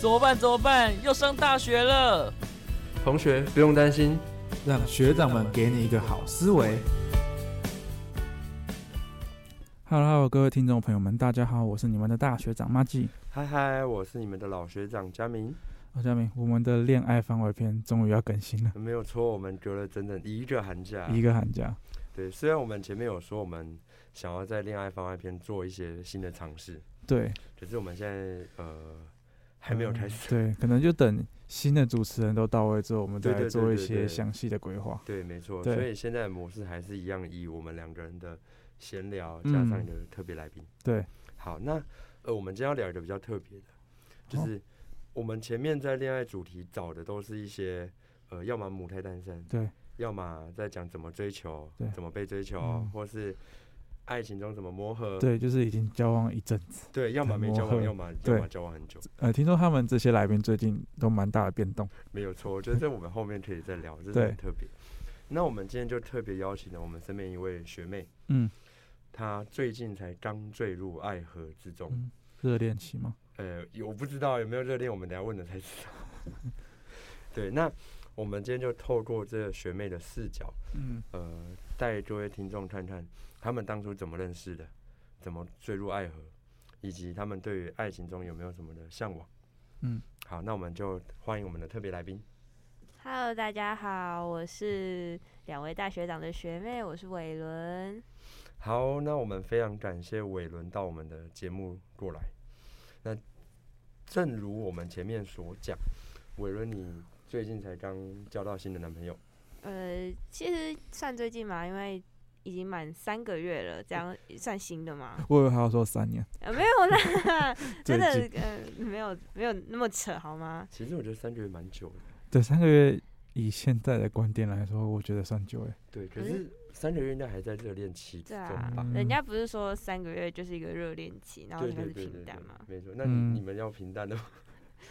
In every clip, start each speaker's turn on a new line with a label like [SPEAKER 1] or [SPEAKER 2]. [SPEAKER 1] 怎么办？怎么办？要上大学了！
[SPEAKER 2] 同学不用担心，
[SPEAKER 3] 让学长们给你一个好思维。
[SPEAKER 4] Hello Hello，各位听众朋友们，大家好，我是你们的大学长马季。
[SPEAKER 2] 嗨嗨，我是你们的老学长佳明。
[SPEAKER 4] 好，下面我们的恋爱番外篇终于要更新了，
[SPEAKER 2] 没有错，我们隔了整整一个寒假。
[SPEAKER 4] 一个寒假，
[SPEAKER 2] 对，虽然我们前面有说我们想要在恋爱番外篇做一些新的尝试，
[SPEAKER 4] 对，嗯
[SPEAKER 2] 可是我们现在呃还没有开始。
[SPEAKER 4] 对，可能就等新的主持人都到位之后，我们再
[SPEAKER 2] 对对
[SPEAKER 4] 来
[SPEAKER 2] 对
[SPEAKER 4] 做
[SPEAKER 2] 对
[SPEAKER 4] 一
[SPEAKER 2] 对
[SPEAKER 4] 些详细的规划。
[SPEAKER 2] 对，没错。
[SPEAKER 4] 对
[SPEAKER 2] 所以现在的模式还是一样，以我们两个人的闲聊加
[SPEAKER 4] 嗯
[SPEAKER 2] 上一个特别来宾。
[SPEAKER 4] 对，
[SPEAKER 2] 好，那呃，我们今天要聊一个比较特别的，就
[SPEAKER 4] 好
[SPEAKER 2] 是我们前面在恋爱主题找的都是一些呃，要么母胎单身，
[SPEAKER 4] 对，
[SPEAKER 2] 要么在讲怎么追求
[SPEAKER 4] 对，
[SPEAKER 2] 怎么被追求，
[SPEAKER 4] 嗯
[SPEAKER 2] 或是爱情中怎么磨合，
[SPEAKER 4] 对，就是已经交往一阵子。
[SPEAKER 2] 对，要么没
[SPEAKER 4] 磨
[SPEAKER 2] 交往，
[SPEAKER 4] 合
[SPEAKER 2] 要么要
[SPEAKER 4] 对
[SPEAKER 2] 么交往很久，
[SPEAKER 4] 呃，听说他们这些来宾最近都蛮大的变动。
[SPEAKER 2] 没有错。我觉得这我们后面可以再聊，这是
[SPEAKER 4] 对
[SPEAKER 2] 很特别。那我们今天就特别邀请了我们身边一位学妹，
[SPEAKER 4] 嗯，
[SPEAKER 2] 她最近才刚坠入爱河之中。
[SPEAKER 4] 嗯热恋期吗？
[SPEAKER 2] 呃，有我不知道有没有热恋，我们等一下问了才知道。 对，那我们今天就透过这个学妹的视角，
[SPEAKER 4] 嗯，
[SPEAKER 2] 呃，带各位听众看看他们当初怎么认识的，怎么坠入爱河，以及他们对于爱情中有没有什么的向往。
[SPEAKER 4] 嗯，
[SPEAKER 2] 好，那我们就欢迎我们的特别来宾。
[SPEAKER 5] Hello，大家好，我是两位大学长的学妹，我是伟伦。
[SPEAKER 2] 好，那我们非常感谢伟伦到我们的节目过来。那正如我们前面所讲，伟伦你最近才刚交到新的男朋友。
[SPEAKER 5] 呃，其实算最近嘛，因为已经满三个月了，这样算新的嘛？
[SPEAKER 4] 我以为还要说三年，
[SPEAKER 5] 呃，没有啦， 真的
[SPEAKER 4] 最
[SPEAKER 5] 呃，没有没有那么扯好吗？
[SPEAKER 2] 其实我觉得三个月蛮久的，
[SPEAKER 4] 对，三个月以现在的观点来说，我觉得算久哎。
[SPEAKER 2] 对，可
[SPEAKER 5] 可是
[SPEAKER 2] 是三个月应该还在热恋期中
[SPEAKER 5] 对啊
[SPEAKER 2] 吧？，
[SPEAKER 5] 人家不是说三个月就是一个热恋期，然后
[SPEAKER 2] 对
[SPEAKER 5] 就开
[SPEAKER 2] 对
[SPEAKER 5] 始
[SPEAKER 2] 对
[SPEAKER 5] 平
[SPEAKER 2] 对对
[SPEAKER 5] 淡嘛？，
[SPEAKER 2] 没错。那你你
[SPEAKER 4] 嗯
[SPEAKER 2] 们要平淡的吗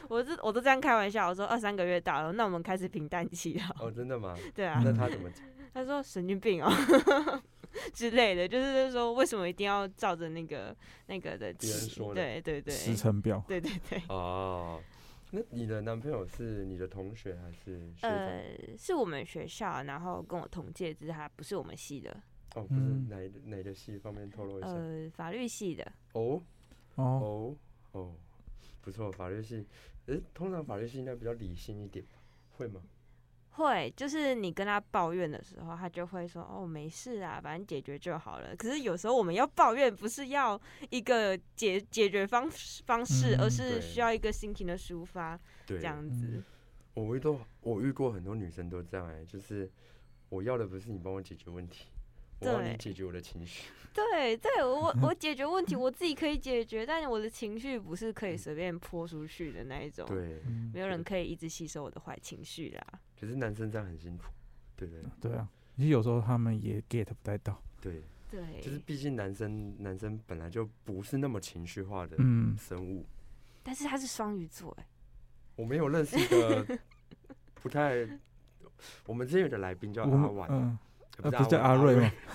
[SPEAKER 5] 我是我都这样开玩笑，我说二哦三个月到了，那我们开始平淡期了。
[SPEAKER 2] 哦，真的吗？
[SPEAKER 5] 对 啊，
[SPEAKER 2] 那
[SPEAKER 4] 嗯
[SPEAKER 2] 他怎么讲？
[SPEAKER 5] 他说神经病哦 之类的，就是说为什么一定要照着那个那个的
[SPEAKER 2] 别人
[SPEAKER 5] 期
[SPEAKER 2] 说的
[SPEAKER 5] 对对对，
[SPEAKER 4] 时程表，
[SPEAKER 5] 对对对，
[SPEAKER 2] 哦，那你的男朋友是你的同学还是学长？
[SPEAKER 5] 呃，是我们学校，然后跟我同届，只是他不是我们系的，
[SPEAKER 2] 哦，不是
[SPEAKER 4] 嗯
[SPEAKER 2] 哪一个哪个系？方便透露一下？
[SPEAKER 5] 呃，法律系的，
[SPEAKER 2] 哦
[SPEAKER 4] 哦，
[SPEAKER 2] 哦哦，不错，法律系。诶，通常法律系应该比较理性一点吧？会吗？
[SPEAKER 5] 会就是你跟他抱怨的时候，他就会说哦没事啊，反正解决就好了。可是有时候我们要抱怨，不是要一个解解决方式方式，
[SPEAKER 4] 嗯
[SPEAKER 5] 而是
[SPEAKER 2] 对
[SPEAKER 5] 需要一个心情的抒发，
[SPEAKER 2] 对
[SPEAKER 5] 这样子。
[SPEAKER 4] 嗯
[SPEAKER 2] 我遇到我遇过很多女生都这样哎、就是我要的不是你帮我解决问题，我要你
[SPEAKER 5] 对
[SPEAKER 2] 解决我的情绪。
[SPEAKER 5] 对对，我我 解决问题，我自己可以解决，但我的情绪不是可以随便泼出去的那一种。，
[SPEAKER 2] 嗯对，
[SPEAKER 4] 嗯
[SPEAKER 5] 没有人可以一直吸收我的坏情绪啦。
[SPEAKER 2] 可是男生这样很辛苦，对不对？
[SPEAKER 4] 对啊，其实有时候他们也 get 不太到。
[SPEAKER 2] 对，
[SPEAKER 5] 对，
[SPEAKER 2] 就是毕竟男生男生本来就不是那么情绪化的
[SPEAKER 4] 嗯，
[SPEAKER 2] 生物。
[SPEAKER 5] 但是他是双鱼座，哎，
[SPEAKER 2] 我们有认识一 个不太，我们之前有个来宾叫
[SPEAKER 4] 我
[SPEAKER 2] 阿
[SPEAKER 4] 们
[SPEAKER 2] 婉，
[SPEAKER 4] 嗯，
[SPEAKER 2] 呃
[SPEAKER 4] 呃
[SPEAKER 2] 不
[SPEAKER 4] 不是叫
[SPEAKER 2] 阿
[SPEAKER 4] 阿瑞吗？？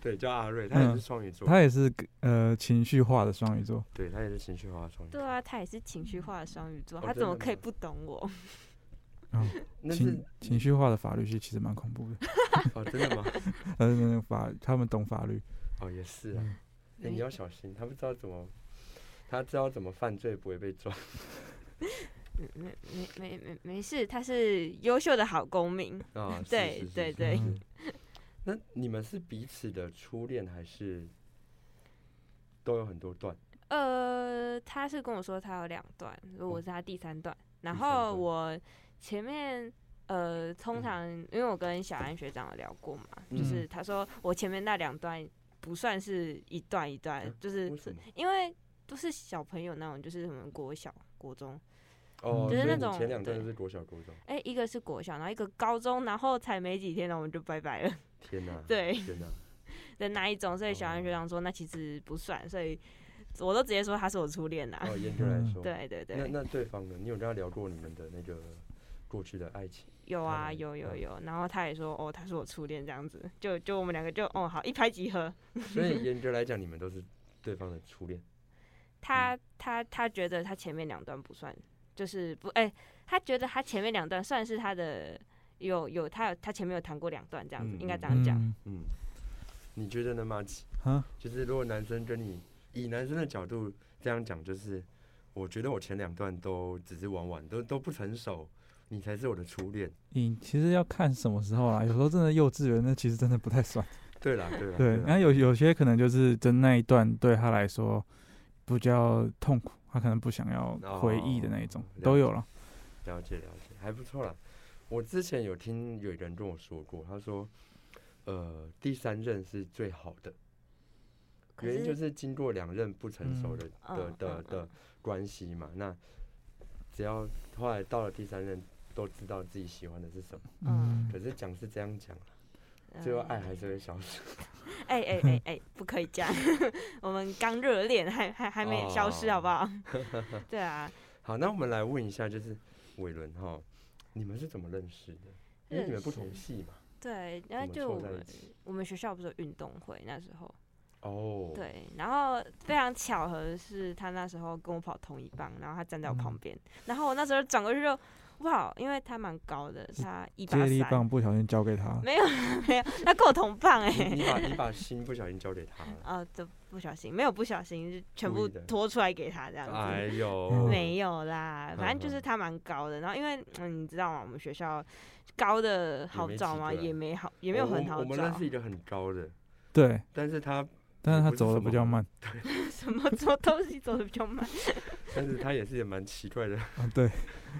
[SPEAKER 2] 对，叫阿瑞，他也是
[SPEAKER 4] 嗯
[SPEAKER 2] 双鱼座，
[SPEAKER 4] 他也是呃情绪化的双鱼座，
[SPEAKER 2] 对他也是情绪化的双鱼
[SPEAKER 5] 对
[SPEAKER 2] 座。
[SPEAKER 5] 啊，他也是情绪化的双鱼座，
[SPEAKER 2] 哦
[SPEAKER 5] 他
[SPEAKER 2] 真
[SPEAKER 5] 怎么
[SPEAKER 2] 的
[SPEAKER 5] 可以
[SPEAKER 2] 吗
[SPEAKER 5] 不懂我？
[SPEAKER 2] 那是
[SPEAKER 4] 情情绪化的法律系其实蛮恐怖的。
[SPEAKER 2] 哦，真的吗？
[SPEAKER 4] 他是那个法，他们懂法律，
[SPEAKER 2] 哦，也是
[SPEAKER 4] 嗯
[SPEAKER 2] 啊。欸、
[SPEAKER 5] 没
[SPEAKER 2] 你要小心，他不知道怎么，他知道怎么犯罪不会被抓。
[SPEAKER 5] 嗯没没没没没事，他是优秀的好公民。
[SPEAKER 2] 啊， 是
[SPEAKER 5] 对
[SPEAKER 2] 是是
[SPEAKER 5] 对
[SPEAKER 2] 是
[SPEAKER 5] 对
[SPEAKER 2] 是 那你们是彼此的初恋还
[SPEAKER 5] 嗯
[SPEAKER 2] 是都有很多段？
[SPEAKER 5] 呃，他是跟我说他有两段，我是他第三段，然后
[SPEAKER 2] 哦段嗯
[SPEAKER 5] 我前面。呃，通常因为我跟小安学长有聊过嘛，就是
[SPEAKER 4] 嗯
[SPEAKER 5] 他说我前面那两段不算是一段一段，
[SPEAKER 2] 啊
[SPEAKER 5] 就是
[SPEAKER 2] 为什么？
[SPEAKER 5] 因为都是小朋友那种，就是什么国小、国中，
[SPEAKER 2] 哦，
[SPEAKER 5] 就
[SPEAKER 2] 所
[SPEAKER 5] 是
[SPEAKER 2] 以
[SPEAKER 5] 那
[SPEAKER 2] 你
[SPEAKER 5] 种
[SPEAKER 2] 前两段
[SPEAKER 5] 对
[SPEAKER 2] 都是国小国中。
[SPEAKER 5] 哎、一个是国小，然后一个高中，然后才没几天，然后我们就拜拜了
[SPEAKER 2] 天哪、
[SPEAKER 5] 对
[SPEAKER 2] 天哪、
[SPEAKER 5] 的那一种，所以小
[SPEAKER 2] 哦
[SPEAKER 5] 安学长说那其实不算，所以我都直接说他是我初恋啦。
[SPEAKER 2] 哦，严格来
[SPEAKER 4] 嗯
[SPEAKER 2] 说，。
[SPEAKER 5] 对对对，
[SPEAKER 2] 那那对方呢？你有跟他聊过你们的那个过去的爱情？
[SPEAKER 5] 有
[SPEAKER 2] 他
[SPEAKER 5] 啊，
[SPEAKER 2] 来
[SPEAKER 5] 有有
[SPEAKER 2] 嗯
[SPEAKER 5] 有，然后他也说，哦，他是我初恋这样子，就就我们两个就，哦，好，一拍即合。
[SPEAKER 2] 所以严格来讲，你们都是对方的初恋。
[SPEAKER 5] 他、他他觉得他前面两段不算，就是不哎、他觉得他前面两段算是他的有有他有他前面有谈过两段这样子，
[SPEAKER 2] 嗯
[SPEAKER 5] 应该
[SPEAKER 2] 嗯
[SPEAKER 5] 这样讲。
[SPEAKER 4] 嗯
[SPEAKER 2] 嗯，你觉得呢，马吉？
[SPEAKER 4] 啊，
[SPEAKER 2] 就是如果男生跟你以男生的角度这样讲，就是我觉得我前两段都只是玩玩，都都不成熟，你才是我的初恋。
[SPEAKER 4] 你其实要看什么时候啦，有时候真的幼稚园那其实真的不太算。
[SPEAKER 2] 对啦，对啦，啊
[SPEAKER 4] 对，哎然
[SPEAKER 2] 啦
[SPEAKER 4] 后有有些可能就是真那一段对他来说比较痛苦，他可能不想要回忆的那一种
[SPEAKER 2] 哦，
[SPEAKER 4] 都有了。
[SPEAKER 2] 了解了解，还不错啦。我之前有听有人跟我说过，他说，呃，第三任是最好的，
[SPEAKER 5] 可
[SPEAKER 2] 原因就是是经过两任不成熟的、
[SPEAKER 5] 嗯
[SPEAKER 2] 的
[SPEAKER 5] 嗯
[SPEAKER 2] 的
[SPEAKER 5] 嗯
[SPEAKER 2] 的关系嘛。那只要后来到了第三任，都知道自己喜欢的是什么。
[SPEAKER 5] 嗯
[SPEAKER 2] 可是讲是这样讲啦，
[SPEAKER 5] 嗯
[SPEAKER 2] 最后爱还是会消失。
[SPEAKER 5] 哎哎哎哎，不可以这样， 我们刚热恋，还还还没消失，
[SPEAKER 2] 哦
[SPEAKER 5] 好不好？对啊，
[SPEAKER 2] 好，那我们来问一下，就是伟伦哈，你们是怎么认识的？因为你们不同
[SPEAKER 5] 认识
[SPEAKER 2] 系嘛，
[SPEAKER 5] 对，然
[SPEAKER 2] 怎
[SPEAKER 5] 后
[SPEAKER 2] 么凑
[SPEAKER 5] 就我
[SPEAKER 2] 在一
[SPEAKER 5] 们
[SPEAKER 2] 起？
[SPEAKER 5] 我们学校不是有运动会那时候，
[SPEAKER 2] 哦，，
[SPEAKER 5] 对，然后非常巧合的是他那时候跟我跑同一棒，然后他站在我旁
[SPEAKER 4] 嗯
[SPEAKER 5] 边，然后我那时候转过去就哇，因为他蛮高的，他一八
[SPEAKER 4] 接力
[SPEAKER 5] 三，
[SPEAKER 4] 棒不小心交给他，
[SPEAKER 5] 没有没有，他跟我同棒哎、
[SPEAKER 2] 你你把你把心不小心交给他了。
[SPEAKER 5] 啊，都不小心，没有不小心，就全
[SPEAKER 2] 故
[SPEAKER 5] 部
[SPEAKER 2] 意的
[SPEAKER 5] 拖出来给他这样子。
[SPEAKER 2] 哎呦，
[SPEAKER 5] 没有啦，反正
[SPEAKER 2] 嗯
[SPEAKER 5] 就是
[SPEAKER 2] 嗯
[SPEAKER 5] 他蛮高的。然后因为嗯，你知道吗？我们学校高的好
[SPEAKER 2] 没
[SPEAKER 5] 找
[SPEAKER 2] 几
[SPEAKER 5] 吗？
[SPEAKER 2] 个啊
[SPEAKER 5] 也没好，也
[SPEAKER 2] 也
[SPEAKER 5] 没有很好
[SPEAKER 2] 我们认
[SPEAKER 5] 找
[SPEAKER 2] 识。一个很高的，
[SPEAKER 4] 对，
[SPEAKER 2] 但是他
[SPEAKER 4] 但是
[SPEAKER 2] 也
[SPEAKER 4] 他
[SPEAKER 2] 不是
[SPEAKER 4] 走的
[SPEAKER 2] 什么
[SPEAKER 4] 比较慢。
[SPEAKER 5] 什么做东西走的比较慢？
[SPEAKER 2] 但是他也是也蛮奇怪的，
[SPEAKER 4] 啊，对，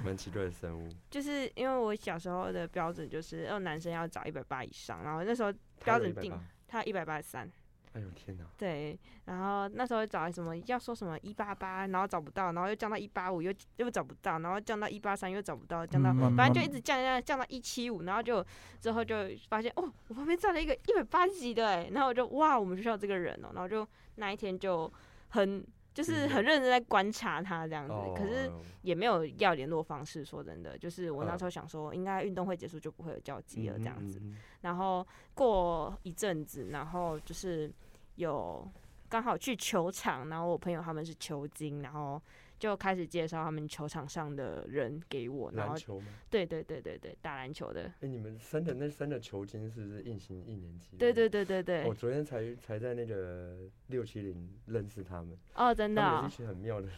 [SPEAKER 2] 蛮奇怪的生物。
[SPEAKER 5] 就是因为我小时候的标准就是，哦，男生要找一百八以上。然后那时候
[SPEAKER 2] 他
[SPEAKER 5] 标
[SPEAKER 2] 有
[SPEAKER 5] 准定
[SPEAKER 2] 180
[SPEAKER 5] 他一百八十三，
[SPEAKER 2] 哎呦天哪！
[SPEAKER 5] 对。然后那时候找什么要说什么一八八，然后找不到，然后又降到一八五，又又找不到，然后降到一八三又找不到，降到
[SPEAKER 4] 嗯慢
[SPEAKER 5] 反
[SPEAKER 4] 慢
[SPEAKER 5] 正就一直降降降到一七五，然后就之后就发现哦，我旁边站了一个一百八几的哎，然后我就哇，我们学校有这个人哦，然后就那一天就很就是
[SPEAKER 2] 嗯
[SPEAKER 5] 很认真在观察他这样子，
[SPEAKER 2] 哦，
[SPEAKER 5] 可是也没有要联络方式，说真的，就是我那时候想说，应该运动会结束就不会有交集了这样子，
[SPEAKER 2] 嗯，嗯嗯
[SPEAKER 5] 然后过一阵子，然后就是有刚好去球场，然后我朋友他们是球精，然后就开始介绍他们球场上的人给我，
[SPEAKER 2] 嗯
[SPEAKER 5] 然后
[SPEAKER 2] 篮球吗？
[SPEAKER 5] 对对对对对，打篮球的，
[SPEAKER 2] 哎，你们三的那三的球精是不是应行一年级？
[SPEAKER 5] 对对。对对对，
[SPEAKER 2] 我
[SPEAKER 5] 哦，
[SPEAKER 2] 昨天才才在那个六七零认识他们，
[SPEAKER 5] 真的
[SPEAKER 2] 他们
[SPEAKER 5] 哦、
[SPEAKER 2] 也是一群很妙 的人。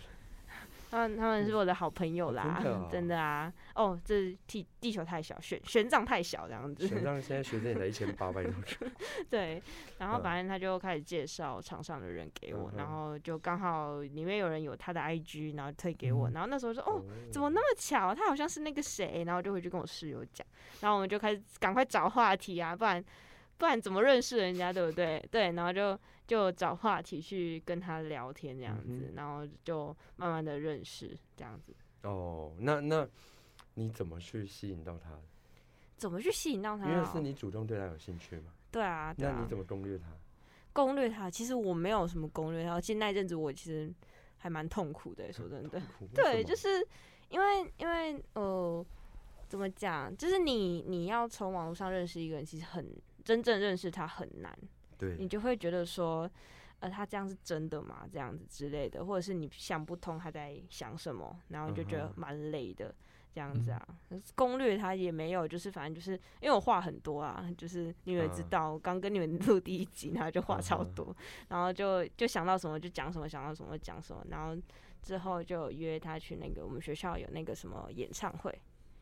[SPEAKER 5] 他们他们是我的好朋友
[SPEAKER 2] 哦
[SPEAKER 5] 啦，
[SPEAKER 2] 真的哦
[SPEAKER 5] 啊，哦，这地地球太小，玄玄奘太小这样
[SPEAKER 2] 选
[SPEAKER 5] 子，
[SPEAKER 2] 上现在学生也才一千八百多个，
[SPEAKER 5] 对，然后
[SPEAKER 2] 嗯
[SPEAKER 5] 反正他就开始介绍场上的人给我，
[SPEAKER 2] 嗯哼
[SPEAKER 5] 然后就刚好里面有人有他的 IG，然后推给我，
[SPEAKER 4] 嗯
[SPEAKER 5] 然后那时候说哦，怎么那么巧？他好像是那个谁，然后就回去跟我室友讲，然后我们就开始赶快找话题啊，不然不然怎么认识人家，对不对？对，然后就就找话题去跟他聊天这样子
[SPEAKER 2] 嗯，
[SPEAKER 5] 然后就慢慢的认识这样子。
[SPEAKER 2] 哦，那那你怎么去吸引到他的？
[SPEAKER 5] 怎么去吸引到他、
[SPEAKER 2] 因为是
[SPEAKER 5] 哦？
[SPEAKER 2] 你主动对他有兴趣嘛？
[SPEAKER 5] 对啊，对
[SPEAKER 2] 那
[SPEAKER 5] 啊
[SPEAKER 2] 你，怎么攻略他？
[SPEAKER 5] 攻略他。其实我没有什么攻略他，其实那一阵子我其实还蛮痛苦的，说真的。
[SPEAKER 2] 苦为什
[SPEAKER 5] 对，
[SPEAKER 2] 么
[SPEAKER 5] 就是因为因为呃，怎么讲？就是你你要从网络上认识一个人，其实很真正认识他很难，你
[SPEAKER 2] 对，
[SPEAKER 5] 就会觉得说，呃，他这样是真的吗？这样子之类的，或者是你想不通他在想什么，然后你就
[SPEAKER 2] 嗯
[SPEAKER 5] 觉得
[SPEAKER 2] 哼嗯
[SPEAKER 5] 蛮累的。这样子啊，攻略他也没有，就是反正就是因为我话很多啊，就是你们也知
[SPEAKER 2] 嗯
[SPEAKER 5] 道，刚跟你们录第一集，然后就话
[SPEAKER 2] 嗯
[SPEAKER 5] 超
[SPEAKER 2] 哼
[SPEAKER 5] 多，然后就就想到什么就讲什么，想到什么就讲什么，然后之后就约他去那个我们学校有那个什么演唱会，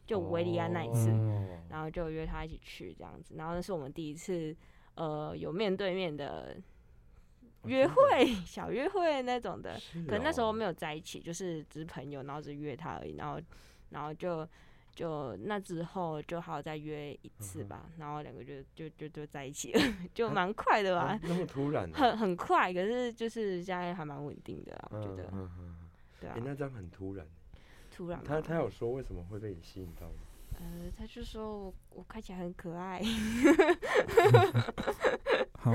[SPEAKER 5] 就维里安那一次，
[SPEAKER 2] 哦
[SPEAKER 5] 然后就约他一起去这样子，然后那是我们第一次呃有面对面的
[SPEAKER 2] 哦
[SPEAKER 5] 约会， 小约会那种的，可能那时候没
[SPEAKER 2] 有。
[SPEAKER 5] 有在一起，就是只是朋友，然后只约他而已，然后然后就就那之后就好再约一次
[SPEAKER 2] 嗯哼
[SPEAKER 5] 吧，然后两个就就就就在一起了， 就
[SPEAKER 2] 啊
[SPEAKER 5] 蛮快的吧。
[SPEAKER 2] 哦那么突然啊，
[SPEAKER 5] 很很快，可是就是现在还蛮稳定的啦，啊我觉
[SPEAKER 2] 嗯
[SPEAKER 5] 得，
[SPEAKER 2] 嗯嗯，
[SPEAKER 5] 对
[SPEAKER 2] 哎、
[SPEAKER 5] 啊
[SPEAKER 2] 诶，那这样很突然。
[SPEAKER 5] 突然嘛，
[SPEAKER 2] 他他有说为什么会被你吸引到吗？
[SPEAKER 5] 呃，他就说我我看起来很可爱，
[SPEAKER 4] 好，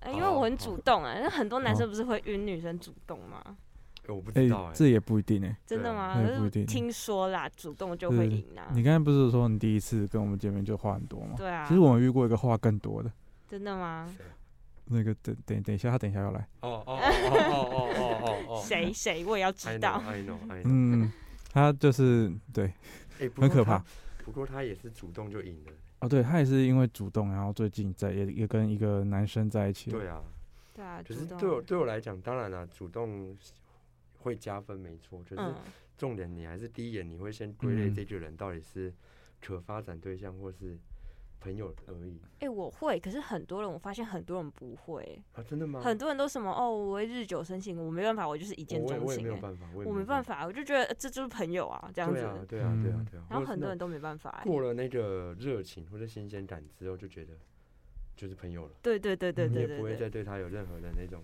[SPEAKER 5] 呃因为我很
[SPEAKER 2] 哦
[SPEAKER 5] 主动啊，那很多男
[SPEAKER 4] 哦
[SPEAKER 5] 生不是会晕女生主动吗？
[SPEAKER 2] 诶我不
[SPEAKER 4] 哎
[SPEAKER 2] 知道，哎、
[SPEAKER 4] 这也不一定哎。
[SPEAKER 5] 真
[SPEAKER 2] 对
[SPEAKER 5] 的
[SPEAKER 2] 啊
[SPEAKER 5] 吗？
[SPEAKER 4] 那也
[SPEAKER 5] 可
[SPEAKER 4] 不一
[SPEAKER 5] 是
[SPEAKER 4] 定
[SPEAKER 5] 听说啦，主动就会
[SPEAKER 4] 对
[SPEAKER 5] 赢啦，
[SPEAKER 4] 你刚才不是说你第一次跟我们见面就话很多吗？
[SPEAKER 5] 对啊啊
[SPEAKER 4] 其，实我们遇过一个话更多的，
[SPEAKER 5] 真的吗？
[SPEAKER 4] 那个等等等一下，他等一下要来。
[SPEAKER 2] 哦哦哦哦哦哦哦，
[SPEAKER 5] 谁谁我也要知道。
[SPEAKER 2] ？I know I know I know。
[SPEAKER 4] 嗯，他就是对
[SPEAKER 2] 哎，不
[SPEAKER 4] 很
[SPEAKER 2] 过
[SPEAKER 4] 可
[SPEAKER 2] 他
[SPEAKER 4] 怕。
[SPEAKER 2] 不过他也是主动就赢了。
[SPEAKER 4] 哦，对他也是因为主动，然后最近在也也跟一个男生在一起了。
[SPEAKER 2] 对啊，
[SPEAKER 5] 对啊，
[SPEAKER 2] 可
[SPEAKER 5] 主
[SPEAKER 2] 是
[SPEAKER 5] 动
[SPEAKER 2] 对我对我来讲，当然啦，主动会加分没错，可是
[SPEAKER 5] 嗯，
[SPEAKER 2] 重点你还是第一眼你会先归类
[SPEAKER 4] 嗯
[SPEAKER 2] 这个人到底是可发展对象或是朋友而已
[SPEAKER 5] 哎、我会，可是很多人我发现很多人不会，
[SPEAKER 2] 啊？真的吗？
[SPEAKER 5] 很多人都什么哦，我会日久生情，我没办法，我就是一
[SPEAKER 2] 我
[SPEAKER 5] 见
[SPEAKER 2] 我也
[SPEAKER 5] 钟
[SPEAKER 2] 我也没
[SPEAKER 5] 情、
[SPEAKER 2] 有
[SPEAKER 5] 哎，
[SPEAKER 2] 办法，
[SPEAKER 5] 我
[SPEAKER 2] 我
[SPEAKER 5] 没
[SPEAKER 2] 没
[SPEAKER 5] 办
[SPEAKER 2] 法
[SPEAKER 5] 法，我就觉得、呃这就是朋友啊，这样
[SPEAKER 2] 对
[SPEAKER 5] 子。
[SPEAKER 2] 啊，对啊，对啊
[SPEAKER 4] 嗯，
[SPEAKER 2] 对啊。
[SPEAKER 5] 然
[SPEAKER 2] 或
[SPEAKER 5] 后
[SPEAKER 2] 者
[SPEAKER 5] 很
[SPEAKER 2] 是
[SPEAKER 5] 多
[SPEAKER 2] 那
[SPEAKER 5] 人都没办法、哎
[SPEAKER 2] 过了那个热情或者新鲜感之后，就觉得就是朋友了，
[SPEAKER 5] 对对对对
[SPEAKER 4] 嗯
[SPEAKER 2] 你
[SPEAKER 5] 对
[SPEAKER 2] 也不会
[SPEAKER 5] 对对。
[SPEAKER 2] 再对他有任何的那种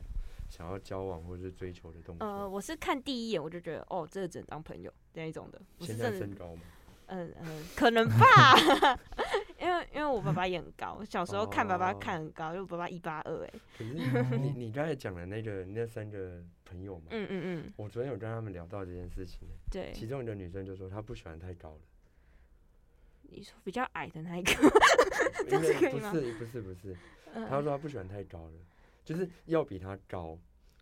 [SPEAKER 2] 想要交往或者是追求的动
[SPEAKER 5] 呃，
[SPEAKER 2] 作。
[SPEAKER 5] 我是看第一眼我就觉得哦，这个只能当朋友那一种的，我是
[SPEAKER 2] 现在
[SPEAKER 5] 真的
[SPEAKER 2] 身， 高嘛，
[SPEAKER 5] 嗯嗯，可能吧， 因为因为我爸爸也很高，我小时候看爸爸
[SPEAKER 2] 哦
[SPEAKER 5] 看很高，因为我爸爸一八二，哎，
[SPEAKER 2] 可是 你你刚才讲的那个那三个朋友嘛，
[SPEAKER 5] 嗯嗯嗯，
[SPEAKER 2] 我昨天有跟他们聊到这件事情欸，
[SPEAKER 5] 对，
[SPEAKER 2] 其中一个女生就说她不喜欢太高的。
[SPEAKER 5] 你说比较矮的那一个， 这
[SPEAKER 2] 因
[SPEAKER 5] 样是
[SPEAKER 2] 为
[SPEAKER 5] 可以
[SPEAKER 2] 不
[SPEAKER 5] 吗
[SPEAKER 2] 是不是不是，
[SPEAKER 5] 嗯
[SPEAKER 2] 他说他不喜欢太高了，就是要比他高，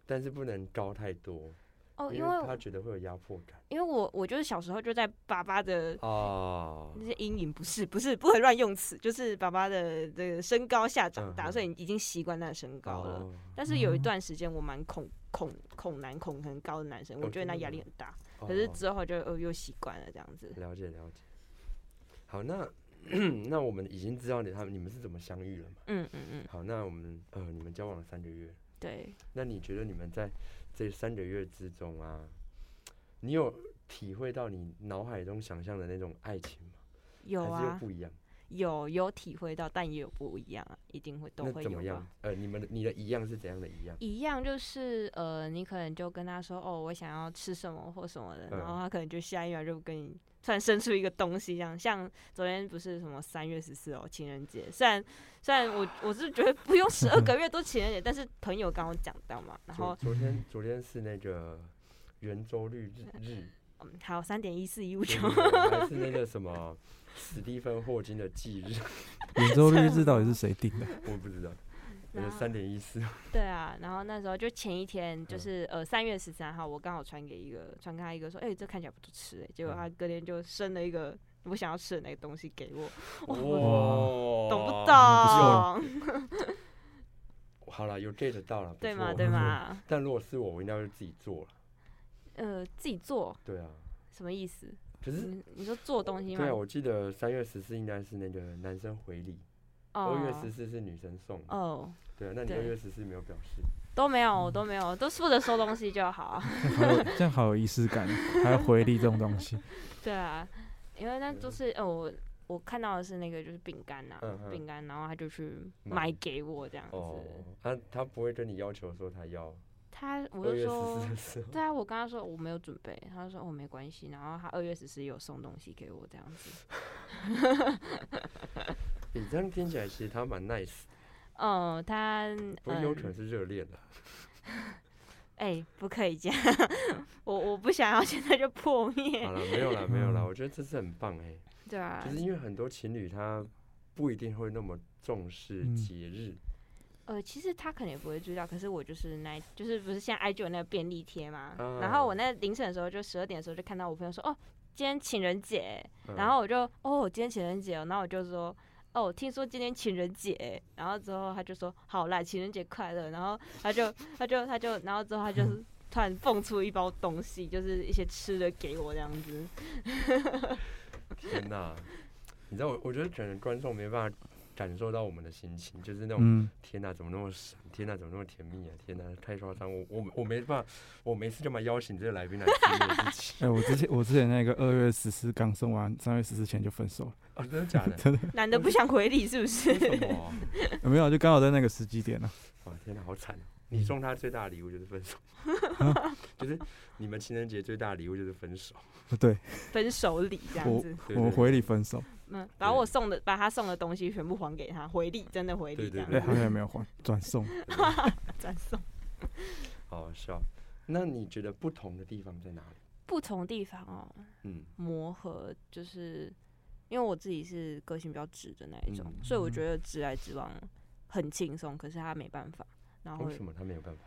[SPEAKER 2] 但是不能高太多，
[SPEAKER 5] 哦，
[SPEAKER 2] 因
[SPEAKER 5] 因为
[SPEAKER 2] 他觉得会有压迫感。
[SPEAKER 5] 因为我我就是小时候就在爸爸的
[SPEAKER 2] 哦
[SPEAKER 5] 那些阴影，不是不是不能乱用词，就是爸爸的这个身高下长
[SPEAKER 2] 嗯
[SPEAKER 5] 大，
[SPEAKER 2] 嗯
[SPEAKER 5] 所以已经习惯那个身 高了。
[SPEAKER 2] 哦
[SPEAKER 5] 但是有一段时间我蛮恐恐恐男恐很高的男生，
[SPEAKER 2] 哦
[SPEAKER 5] 我觉得那
[SPEAKER 2] 真的
[SPEAKER 5] 压力
[SPEAKER 2] 吗
[SPEAKER 5] 很大。
[SPEAKER 2] 哦
[SPEAKER 5] 可是
[SPEAKER 2] 哦
[SPEAKER 5] 之后就呃又习惯了这样子。
[SPEAKER 2] 了解了解。好，那 那我们已经知道你他们你们是怎么相遇了嘛？
[SPEAKER 5] 嗯嗯嗯，
[SPEAKER 2] 好，那我们呃你们交往了三个月，
[SPEAKER 5] 对，
[SPEAKER 2] 那你觉得你们在这三个月之中啊，你有体会到你脑海中想象的那种爱情吗？
[SPEAKER 5] 有
[SPEAKER 2] 还是又
[SPEAKER 5] 啊，
[SPEAKER 2] 不一样？
[SPEAKER 5] 有有体会到，但也有不一样啊，一定会都
[SPEAKER 2] 那
[SPEAKER 5] 会
[SPEAKER 2] 怎
[SPEAKER 5] 有啊
[SPEAKER 2] 么
[SPEAKER 5] 吧
[SPEAKER 2] 样。？呃，你们的你的一样是怎样的一样？
[SPEAKER 5] 一样就是呃，你可能就跟他说哦，我想要吃什么或什么的，然后
[SPEAKER 2] 嗯
[SPEAKER 5] 他可能就下一秒就跟你突然生出一个东西，这样像昨天不是什么三月十四哦情人节，虽然虽然我我是觉得不用十二个月都情人节，但是朋友刚刚讲到嘛，然
[SPEAKER 2] 昨
[SPEAKER 5] 后
[SPEAKER 2] 昨天昨天是那个圆周率日 日，
[SPEAKER 5] 嗯还有三点一四一五九
[SPEAKER 2] 对，对对还是那个什么史蒂芬霍金的忌日，
[SPEAKER 4] 圆周率是到底是谁定的？
[SPEAKER 2] 我不 知道，那
[SPEAKER 5] 然
[SPEAKER 2] 个
[SPEAKER 5] 后
[SPEAKER 2] 三点一四，
[SPEAKER 5] 对啊，然后那时候就前一天，就
[SPEAKER 2] 嗯
[SPEAKER 5] 是、呃三月十三号，我刚好传给一个传给他一个说，哎、这看起来不错吃、哎，结果
[SPEAKER 2] 嗯
[SPEAKER 5] 他隔天就生了一个我想要吃的那个东西给
[SPEAKER 2] 哦
[SPEAKER 5] 我，
[SPEAKER 2] 哇
[SPEAKER 5] 懂不懂？
[SPEAKER 4] 那
[SPEAKER 2] 好了，有 get 到了，不
[SPEAKER 5] 对吗？
[SPEAKER 2] 错
[SPEAKER 5] 对？吗？
[SPEAKER 2] 但如果是我，我应该会自己做了。
[SPEAKER 5] 呃，自己做
[SPEAKER 2] 对啊，
[SPEAKER 5] 什么意思？
[SPEAKER 2] 可是
[SPEAKER 5] 你你说做东西吗？
[SPEAKER 2] 对啊，我记得三月十四应该是那个男生回礼，二月十
[SPEAKER 5] 哦
[SPEAKER 2] 四是女生送嘛。
[SPEAKER 5] 哦，
[SPEAKER 2] 对啊，那你
[SPEAKER 5] 对
[SPEAKER 2] 二月十四没有表示？
[SPEAKER 5] 都没有，我都没有，都是负责收东西就好。
[SPEAKER 4] 好有这样好有仪式感，还要回力这 种东西。
[SPEAKER 5] 对啊，因为那就
[SPEAKER 2] 嗯
[SPEAKER 5] 是呃，我我看到的是那个就是饼干呐
[SPEAKER 2] 嗯，嗯
[SPEAKER 5] 饼干，然后他就去
[SPEAKER 2] 买
[SPEAKER 5] 买给我这样
[SPEAKER 2] 哦
[SPEAKER 5] 子。，
[SPEAKER 2] 他他不会跟你要求说他要
[SPEAKER 5] 他
[SPEAKER 2] 二
[SPEAKER 5] 我就
[SPEAKER 2] 月
[SPEAKER 5] 说
[SPEAKER 2] 十四，的时候。
[SPEAKER 5] 对啊，我跟他说我没有准备，他就说哦没关系，然后他二月十四有送东西给我这样子。
[SPEAKER 2] 你这样听起来，其实他蛮 nice，
[SPEAKER 5] 嗯，他
[SPEAKER 2] 不过有可
[SPEAKER 5] 嗯
[SPEAKER 2] 能是热恋了。
[SPEAKER 5] 哎、不可以这样， 我我不想要现在就破灭
[SPEAKER 2] 好。了，没有了，没有 了。
[SPEAKER 4] 嗯
[SPEAKER 2] 我觉得这是很棒哎、
[SPEAKER 5] 对啊，
[SPEAKER 2] 就是因为很多情侣他不一定会那么重视
[SPEAKER 4] 嗯
[SPEAKER 2] 节日，
[SPEAKER 5] 呃，其实他可能也不会注意到，可是我就是那一，就是不是现在 IG 有那个便利贴嘛，
[SPEAKER 2] 嗯
[SPEAKER 5] 然后我那凌晨的时候，就十二点的时候就看到我朋友说，哦，今天情人节，
[SPEAKER 2] 嗯
[SPEAKER 5] 然后我就，哦，今天情人节哦，然后我就说，哦，听说今天情人节，然后之后他就说，好啦，情人节快乐，然后他就，他就，他就，然后之后他
[SPEAKER 2] 嗯
[SPEAKER 5] 就是突然蹦出一包东西，就是一些吃的给我这样 子，
[SPEAKER 2] 天哪，啊你知道我，我觉得可能观众没办法感受到我们的心情，就是那种、
[SPEAKER 4] 嗯，
[SPEAKER 2] 天哪，怎么那么闪？天哪，怎么那么甜蜜啊？天哪，太夸张！我我我没办法，我没事就嘛邀请这个来宾来听我自己
[SPEAKER 4] 哎、。我之前我之前那个二月十四刚送完，三月十四前就分手了，
[SPEAKER 2] 哦，真的假的？
[SPEAKER 4] 真的、
[SPEAKER 5] 男的不想回礼是不
[SPEAKER 2] 为什
[SPEAKER 5] 是？
[SPEAKER 2] 么啊？
[SPEAKER 4] 没有，就刚好在那个时机点了、 啊
[SPEAKER 2] 哇，天哪，好惨哦！你送他最大的礼物就是分 手，就是你们情人节最大的礼物就是分手。
[SPEAKER 4] 对，
[SPEAKER 5] 分手礼这样子。
[SPEAKER 2] 对
[SPEAKER 4] 我们回礼分手，
[SPEAKER 5] 嗯，把我送的把他送的东西全部还给他，回礼，真的回礼，
[SPEAKER 2] 对
[SPEAKER 5] 这
[SPEAKER 2] 对
[SPEAKER 5] 样
[SPEAKER 4] 对，
[SPEAKER 5] 子
[SPEAKER 4] 哎好像也没有还，转送。
[SPEAKER 5] 转送。
[SPEAKER 2] 好好笑。那你觉得不同的地方在哪里？
[SPEAKER 5] 不同地方哦，
[SPEAKER 2] 嗯，
[SPEAKER 5] 磨合就是因为我自己是个性比较直的那一种，
[SPEAKER 2] 嗯
[SPEAKER 5] 所以我觉得直来直往很轻松，可是他没办法，然后
[SPEAKER 2] 为什么他没有办法？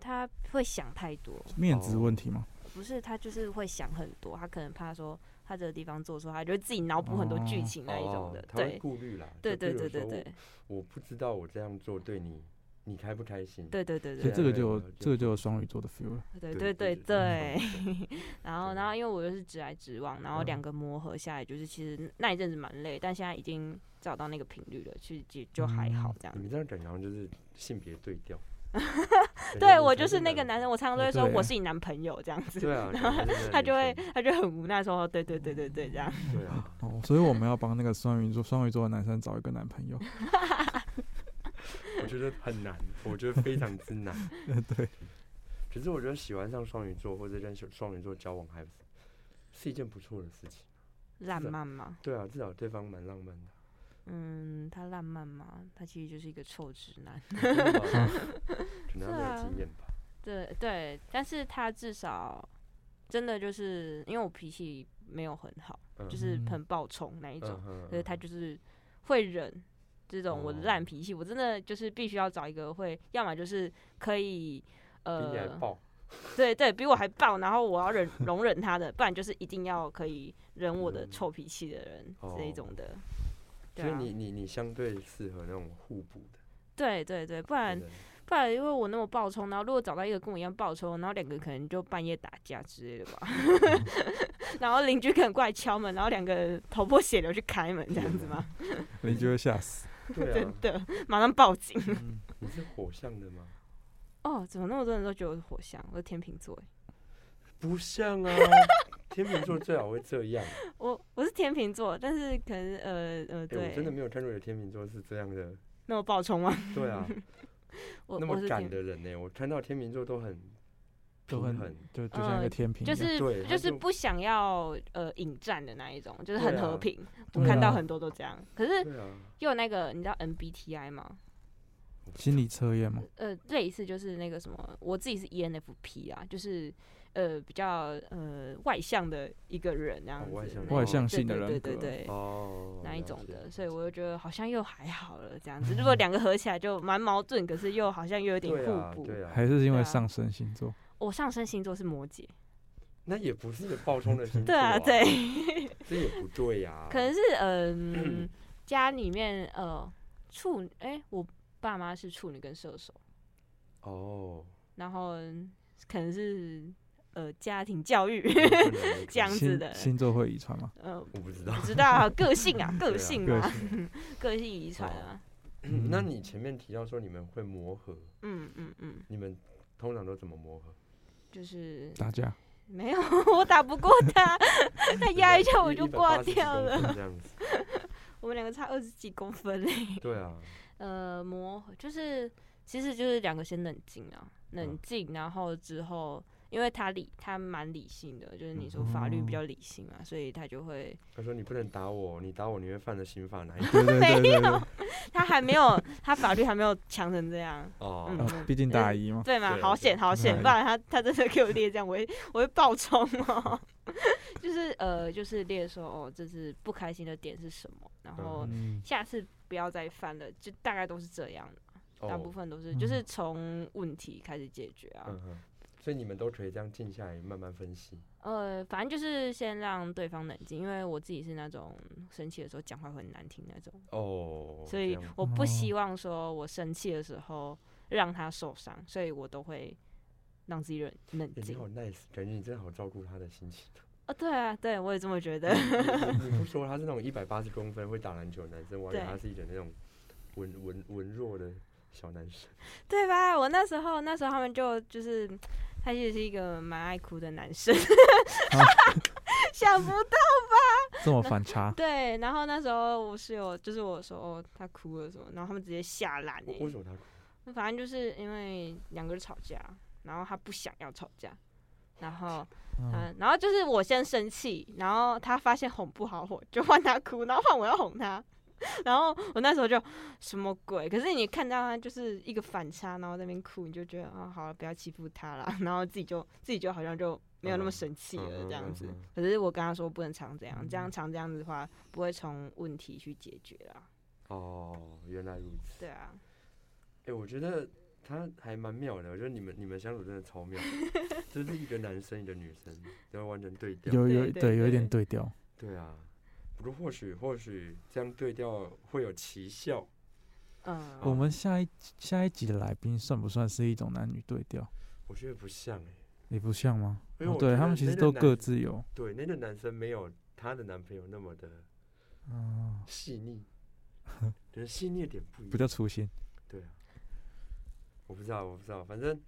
[SPEAKER 5] 他会想太多，
[SPEAKER 4] 面
[SPEAKER 2] 哦
[SPEAKER 4] 子问题吗？
[SPEAKER 5] 不是他就是会想很多，他可能怕说他这个地方做错，他就会自己脑补很多剧
[SPEAKER 4] 哦
[SPEAKER 5] 情那一种的，
[SPEAKER 2] 哦、他会
[SPEAKER 5] 对
[SPEAKER 2] 顾虑啦。
[SPEAKER 5] 对
[SPEAKER 2] 就
[SPEAKER 5] 对
[SPEAKER 2] 譬
[SPEAKER 5] 对
[SPEAKER 2] 如
[SPEAKER 5] 对
[SPEAKER 2] 说
[SPEAKER 5] 对
[SPEAKER 2] 我不知道我这样做对你，你开不开心？
[SPEAKER 5] 对对对
[SPEAKER 4] 所
[SPEAKER 5] 对
[SPEAKER 4] 以这个
[SPEAKER 2] 对
[SPEAKER 4] 就有
[SPEAKER 2] 了解
[SPEAKER 4] 这个就有双鱼座的 feel 了。
[SPEAKER 5] 对对对
[SPEAKER 2] 对嗯
[SPEAKER 5] 对。然后，
[SPEAKER 2] 对
[SPEAKER 5] 然后因为我又是直来直往，然后
[SPEAKER 4] 嗯
[SPEAKER 5] 两个磨合下来，就是其实那一阵子蛮累，但现在已经找到那个频率了，其实就就还好这样
[SPEAKER 2] 你。们这样讲好像就是性别对调。感觉
[SPEAKER 5] 对
[SPEAKER 2] 你
[SPEAKER 5] 我
[SPEAKER 2] 才
[SPEAKER 5] 就是那个男生，我常常都会说
[SPEAKER 4] 对
[SPEAKER 5] 我是你男朋友这样子，
[SPEAKER 2] 对啊，然后
[SPEAKER 5] 他就会他就很无奈说哦对对对对对这样。
[SPEAKER 2] 对啊，
[SPEAKER 4] 哦，所以我们要帮那个双鱼座双鱼座的男生找一个男朋友。
[SPEAKER 2] 我觉得很难，我觉得非常之难。
[SPEAKER 4] 对，
[SPEAKER 2] 可是我觉得喜欢上双鱼座或者跟双鱼座交往还是一件不错的事情。
[SPEAKER 5] 浪
[SPEAKER 2] 是啊
[SPEAKER 5] 漫吗？
[SPEAKER 2] 对啊，至少对方蛮浪漫的。
[SPEAKER 5] 嗯，他浪漫吗？他其实就是一个臭直男。
[SPEAKER 2] 啊真的 吗可能他没有
[SPEAKER 5] 是啊
[SPEAKER 2] 经验吧。
[SPEAKER 5] 对对，但是他至少真的就是因为我脾气没有很好，
[SPEAKER 2] 嗯
[SPEAKER 5] 就是
[SPEAKER 4] 嗯
[SPEAKER 5] 很暴冲那一种，
[SPEAKER 2] 嗯
[SPEAKER 5] 所以他啊就是会忍这种我的烂脾气。我真的就是必须要找一个会，要么就是可以
[SPEAKER 2] 比你还
[SPEAKER 5] 呃，
[SPEAKER 2] 爆，
[SPEAKER 5] 对对，比我还暴，然后我要 忍容忍他的，不然就是一定要可以忍我的
[SPEAKER 2] 嗯
[SPEAKER 5] 臭脾气的人、这一
[SPEAKER 2] 哦
[SPEAKER 5] 种的。
[SPEAKER 2] 所
[SPEAKER 5] 对
[SPEAKER 2] 以
[SPEAKER 5] 啊，
[SPEAKER 2] 你你你相对适合那种互补的。
[SPEAKER 5] 对对对，不然
[SPEAKER 2] 对不对
[SPEAKER 5] 不然因为我那么暴冲，然后如果找到一个跟我一样暴冲，然后两个可能就半夜打架之类的吧，
[SPEAKER 2] 嗯
[SPEAKER 5] 然后邻居可能过来敲门，然后两个人头破血流去开门这样子吗？
[SPEAKER 4] 邻居会吓死。
[SPEAKER 2] 对啊
[SPEAKER 5] 真，的，马上报警。
[SPEAKER 2] 你是火象的吗？
[SPEAKER 5] 哦，怎么那么多人都觉得我是火象？我是天秤座耶，欸
[SPEAKER 2] 不像 啊，天秤座最好会这样。
[SPEAKER 5] 我我是天秤座，但是可能呃呃，
[SPEAKER 2] 哎、
[SPEAKER 5] 对，
[SPEAKER 2] 我真的没有看过有天秤座是这样 的，
[SPEAKER 5] 那么暴冲吗？
[SPEAKER 2] 对啊，
[SPEAKER 5] 我
[SPEAKER 2] 那
[SPEAKER 5] 我
[SPEAKER 2] 么
[SPEAKER 5] 是
[SPEAKER 2] 赶
[SPEAKER 5] 天，
[SPEAKER 2] 的人呢、我看到天秤座都很
[SPEAKER 4] 都
[SPEAKER 2] 平
[SPEAKER 4] 很
[SPEAKER 2] 衡，
[SPEAKER 4] 就就像一个
[SPEAKER 5] 呃
[SPEAKER 4] 天平一
[SPEAKER 5] 就
[SPEAKER 4] 样，
[SPEAKER 5] 是
[SPEAKER 2] 对他
[SPEAKER 5] 就是
[SPEAKER 2] 就
[SPEAKER 5] 不想要呃引战的那一种，就是
[SPEAKER 2] 对
[SPEAKER 5] 很和
[SPEAKER 2] 啊
[SPEAKER 5] 平。我
[SPEAKER 4] 对
[SPEAKER 5] 看到
[SPEAKER 4] 啊
[SPEAKER 5] 很多都这样，可是
[SPEAKER 2] 对啊，
[SPEAKER 5] 又有那个你知道 MBTI 吗？
[SPEAKER 4] 心理测验嘛。
[SPEAKER 5] 呃，类似就是那个什么，我自己是 ENFP 啊，就是呃比较呃外向的一个人那样
[SPEAKER 2] 哦外
[SPEAKER 5] 子，
[SPEAKER 2] 向
[SPEAKER 5] 对
[SPEAKER 2] 外
[SPEAKER 4] 向
[SPEAKER 5] 对
[SPEAKER 4] 性的
[SPEAKER 5] 对
[SPEAKER 4] 人
[SPEAKER 5] 对
[SPEAKER 4] 格
[SPEAKER 5] 对对，
[SPEAKER 2] 哦，
[SPEAKER 5] 那一
[SPEAKER 2] 了
[SPEAKER 5] 种
[SPEAKER 2] 解
[SPEAKER 5] 的，所以我就觉得好像又还好了这样子。如果两个合起来就蛮矛盾，可是又好像又有点
[SPEAKER 2] 对啊
[SPEAKER 5] 互补。
[SPEAKER 2] 对啊，
[SPEAKER 4] 还是因
[SPEAKER 5] 对啊
[SPEAKER 4] 为上升星座，
[SPEAKER 5] 我上升星座是摩羯，
[SPEAKER 2] 那也不是一个爆冲的星座、
[SPEAKER 5] 对啊 对，，
[SPEAKER 2] 这也不对呀、啊，
[SPEAKER 5] 可能是 嗯、家里面呃处哎、我爸妈是处女跟射手，
[SPEAKER 2] 哦，
[SPEAKER 5] 然后可能是呃家庭教育。
[SPEAKER 2] 有可能有可能
[SPEAKER 5] 这样子
[SPEAKER 4] 星
[SPEAKER 5] 的
[SPEAKER 4] 星座会遗传吗？
[SPEAKER 5] 呃，
[SPEAKER 2] 我不 知道。
[SPEAKER 5] 不知道啊，个 性啊，
[SPEAKER 2] 对
[SPEAKER 5] 个
[SPEAKER 2] 啊哦
[SPEAKER 5] 性
[SPEAKER 4] 个
[SPEAKER 5] 啊， 个性遗传啊，
[SPEAKER 2] 嗯那你前面提到说你们会磨合，
[SPEAKER 5] 嗯嗯嗯，
[SPEAKER 2] 你们通常都怎么磨合？
[SPEAKER 5] 就是
[SPEAKER 4] 打架，
[SPEAKER 5] 没有， 我打不过他， 他压一下我就挂掉
[SPEAKER 2] 180
[SPEAKER 5] 了。
[SPEAKER 2] 公分这样子，
[SPEAKER 5] 我们两个差二十几公分嘞，
[SPEAKER 2] 对啊，
[SPEAKER 5] 呃，磨合就是，其实就是两个先冷静啊，冷
[SPEAKER 2] 嗯
[SPEAKER 5] 静，然后之后。因为他理他蛮理性的，就是你说法律
[SPEAKER 2] 嗯
[SPEAKER 5] 比较理性嘛，所以他就会
[SPEAKER 2] 他说你不能打我，你打我你会犯了刑法哪一 条？
[SPEAKER 4] 对对对对对，
[SPEAKER 5] 他还没有他法律还没有强成这样，
[SPEAKER 2] 哦，
[SPEAKER 5] 嗯
[SPEAKER 4] 啊毕竟大一 嘛，
[SPEAKER 5] 对嘛？
[SPEAKER 2] 对
[SPEAKER 5] 好
[SPEAKER 2] 对啊
[SPEAKER 5] 险，好险！
[SPEAKER 4] 嗯
[SPEAKER 5] 不然他他真的给我列这样，我会我会爆冲哦。 就是呃，就是列说哦，这次不开心的点是什么，然后
[SPEAKER 4] 嗯，
[SPEAKER 5] 下次不要再犯了，就大概都是这样，
[SPEAKER 2] 哦
[SPEAKER 5] 大部分都是就是
[SPEAKER 4] 嗯
[SPEAKER 5] 从问题开始解决啊
[SPEAKER 2] 嗯。哼，所以你们都可以这样静下来慢慢分析。
[SPEAKER 5] 呃，反正就是先让对方冷静，因为我自己是那种生气的时候讲话会很难听那种，
[SPEAKER 2] 哦，
[SPEAKER 5] 所
[SPEAKER 2] 这
[SPEAKER 5] 以
[SPEAKER 2] 样
[SPEAKER 5] 我不希望说我生气的时候让他受伤，所以我都会让自己冷冷
[SPEAKER 2] 欸你
[SPEAKER 5] 静。
[SPEAKER 2] 好 nice，感觉你真的好照顾他的心 情。
[SPEAKER 5] 啊，对啊，对我也这么觉得。
[SPEAKER 2] 你你不说他是那种一百八十公分会打篮球的男生，我还以为
[SPEAKER 5] 对
[SPEAKER 2] 他是一个那种文文文弱的小男生。
[SPEAKER 5] 对吧？我那时候那时候他们就就是，他其实是一个蛮爱哭的男生， 想不到。
[SPEAKER 4] 这么反差，
[SPEAKER 5] 对，然后那时候我室友就是我说哦他哭了什么，然后他们直接吓烂
[SPEAKER 2] 为为
[SPEAKER 5] 欸
[SPEAKER 2] 什么他哭？
[SPEAKER 5] 反正就是因为两个人吵架，然后他不想要吵架，然后
[SPEAKER 4] 嗯，
[SPEAKER 5] 嗯，然后就是我先生气，然后他发现哄不好我，就换他哭，然后换我要哄他。然后我那时候就什么鬼？可是你看到他就是一个反差，然后在那边哭，你就觉得啊，好了，不要欺负他啦。 然后自己就自己就好像就没有那么生气了
[SPEAKER 2] 嗯
[SPEAKER 5] 这样子
[SPEAKER 2] 嗯嗯嗯。
[SPEAKER 5] 可是我跟他说不能常这样，这样常这样子的话，不会从问题去解决啦。
[SPEAKER 2] 哦，原来如此。
[SPEAKER 5] 对啊，
[SPEAKER 2] 哎、我觉得他还蛮妙的，我觉得你们你们相处真的超 妙，就是一个男生一个女生，然后完全对调。
[SPEAKER 4] 有有
[SPEAKER 5] 对
[SPEAKER 4] 对，有一点
[SPEAKER 5] 对
[SPEAKER 4] 对调。
[SPEAKER 2] 对啊，不过或许或许这样对调会有奇效。
[SPEAKER 5] 嗯，
[SPEAKER 2] 哦
[SPEAKER 4] 我们下一下一集的来宾算不算是一种男女对调？
[SPEAKER 2] 我觉得不像哎、
[SPEAKER 4] 也不像吗？
[SPEAKER 2] 因为
[SPEAKER 4] 哦
[SPEAKER 2] 我
[SPEAKER 4] 对
[SPEAKER 2] 觉
[SPEAKER 4] 他
[SPEAKER 2] 得
[SPEAKER 4] 们其
[SPEAKER 2] 那
[SPEAKER 4] 实
[SPEAKER 2] 个
[SPEAKER 4] 都
[SPEAKER 2] 男
[SPEAKER 4] 各
[SPEAKER 2] 生
[SPEAKER 4] 自有，
[SPEAKER 2] 对，那个男生没有她的男朋友那么的
[SPEAKER 4] 嗯，
[SPEAKER 2] 细 腻，觉得细腻的点不一
[SPEAKER 4] 比
[SPEAKER 2] 样。
[SPEAKER 4] 较粗心。
[SPEAKER 2] 对啊，我不知道，我不知道，反正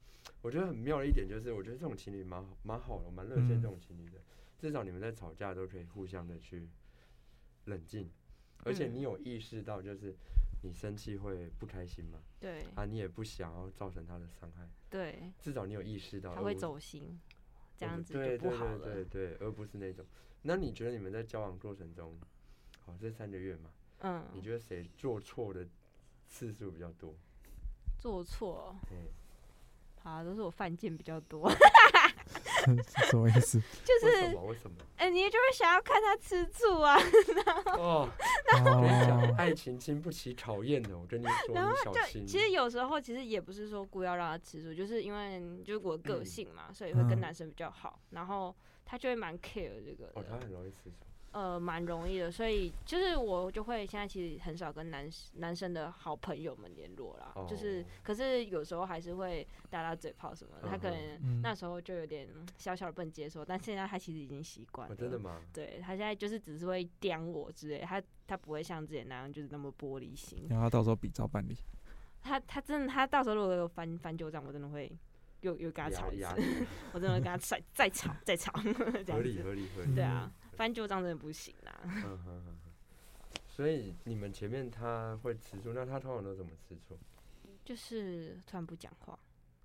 [SPEAKER 2] 我觉得很妙的一点就是，我觉得这种情侣蛮好，蛮好的，我蛮乐见
[SPEAKER 4] 嗯
[SPEAKER 2] 这种情侣的。至少你们在吵架都可以互相的去冷静，而且
[SPEAKER 5] 嗯
[SPEAKER 2] 你有意识到，就是你生气会不开心嘛，
[SPEAKER 5] 对
[SPEAKER 2] 啊，你也不想要造成他的伤害，
[SPEAKER 5] 对，
[SPEAKER 2] 至少你有意识到
[SPEAKER 5] 他
[SPEAKER 2] 而
[SPEAKER 5] 会
[SPEAKER 2] 不
[SPEAKER 5] 走心，这
[SPEAKER 2] 我
[SPEAKER 5] 样
[SPEAKER 2] 不
[SPEAKER 5] 子
[SPEAKER 2] 对
[SPEAKER 5] 就不
[SPEAKER 2] 对
[SPEAKER 5] 好
[SPEAKER 2] 对对。
[SPEAKER 5] 了
[SPEAKER 2] 对，而不是那种。那你觉得你们在交往过程中，好、这三个月嘛，你
[SPEAKER 5] 嗯，
[SPEAKER 2] 觉得谁做错的次数比较多？
[SPEAKER 5] 做错
[SPEAKER 2] 哎、
[SPEAKER 5] 啊，都是我犯贱比较 多，
[SPEAKER 4] 什么意 思？
[SPEAKER 5] 就
[SPEAKER 2] 为什
[SPEAKER 5] 是
[SPEAKER 2] 么？为嗯什么？
[SPEAKER 5] 哎、你就会想要看他吃醋啊，
[SPEAKER 2] 哦，我跟你讲，
[SPEAKER 4] 哦，
[SPEAKER 2] 爱情经不起考验的，我跟你说，
[SPEAKER 5] 然后
[SPEAKER 2] 你小心。
[SPEAKER 5] 哦其实有时候其实也不是说故意要让他吃醋，就是因为就是我个
[SPEAKER 2] 嗯
[SPEAKER 5] 性嘛，所以会跟
[SPEAKER 4] 嗯
[SPEAKER 5] 男生比较好，然后他就会蛮 care 这个
[SPEAKER 2] 哦，他
[SPEAKER 5] 的，
[SPEAKER 2] 很容易吃醋。
[SPEAKER 5] 呃，蛮容易的，所以就是我就会现在其实很少跟男男生的好朋友们联络啦，就是
[SPEAKER 2] 哦
[SPEAKER 5] 可是有时候还是会打打嘴炮什么的，他可
[SPEAKER 2] 嗯
[SPEAKER 5] 能
[SPEAKER 4] 嗯
[SPEAKER 5] 那时候就有点嗯小小的不能接受，但现在他其实已经习惯
[SPEAKER 2] 哦，
[SPEAKER 5] 了，
[SPEAKER 2] 真的吗？
[SPEAKER 5] 对他现在就是只是会刁我之类，他他不会像之前那样就是那么玻璃心。
[SPEAKER 4] 然后到时候比照办理。
[SPEAKER 5] 他他真的，他到时候如果有翻翻旧账，我真的会又又跟他吵一
[SPEAKER 2] 压
[SPEAKER 5] 次，
[SPEAKER 2] 力
[SPEAKER 5] 我真的会跟他吵，再吵再吵 这
[SPEAKER 2] 合
[SPEAKER 5] 样
[SPEAKER 2] 理
[SPEAKER 5] 子。
[SPEAKER 2] 合理合理。
[SPEAKER 5] 对啊，翻旧账真的不行啦。
[SPEAKER 2] 嗯哼哼哼所以你们前面他会吃醋，那他通常都怎么吃醋？
[SPEAKER 5] 就是突然不讲话，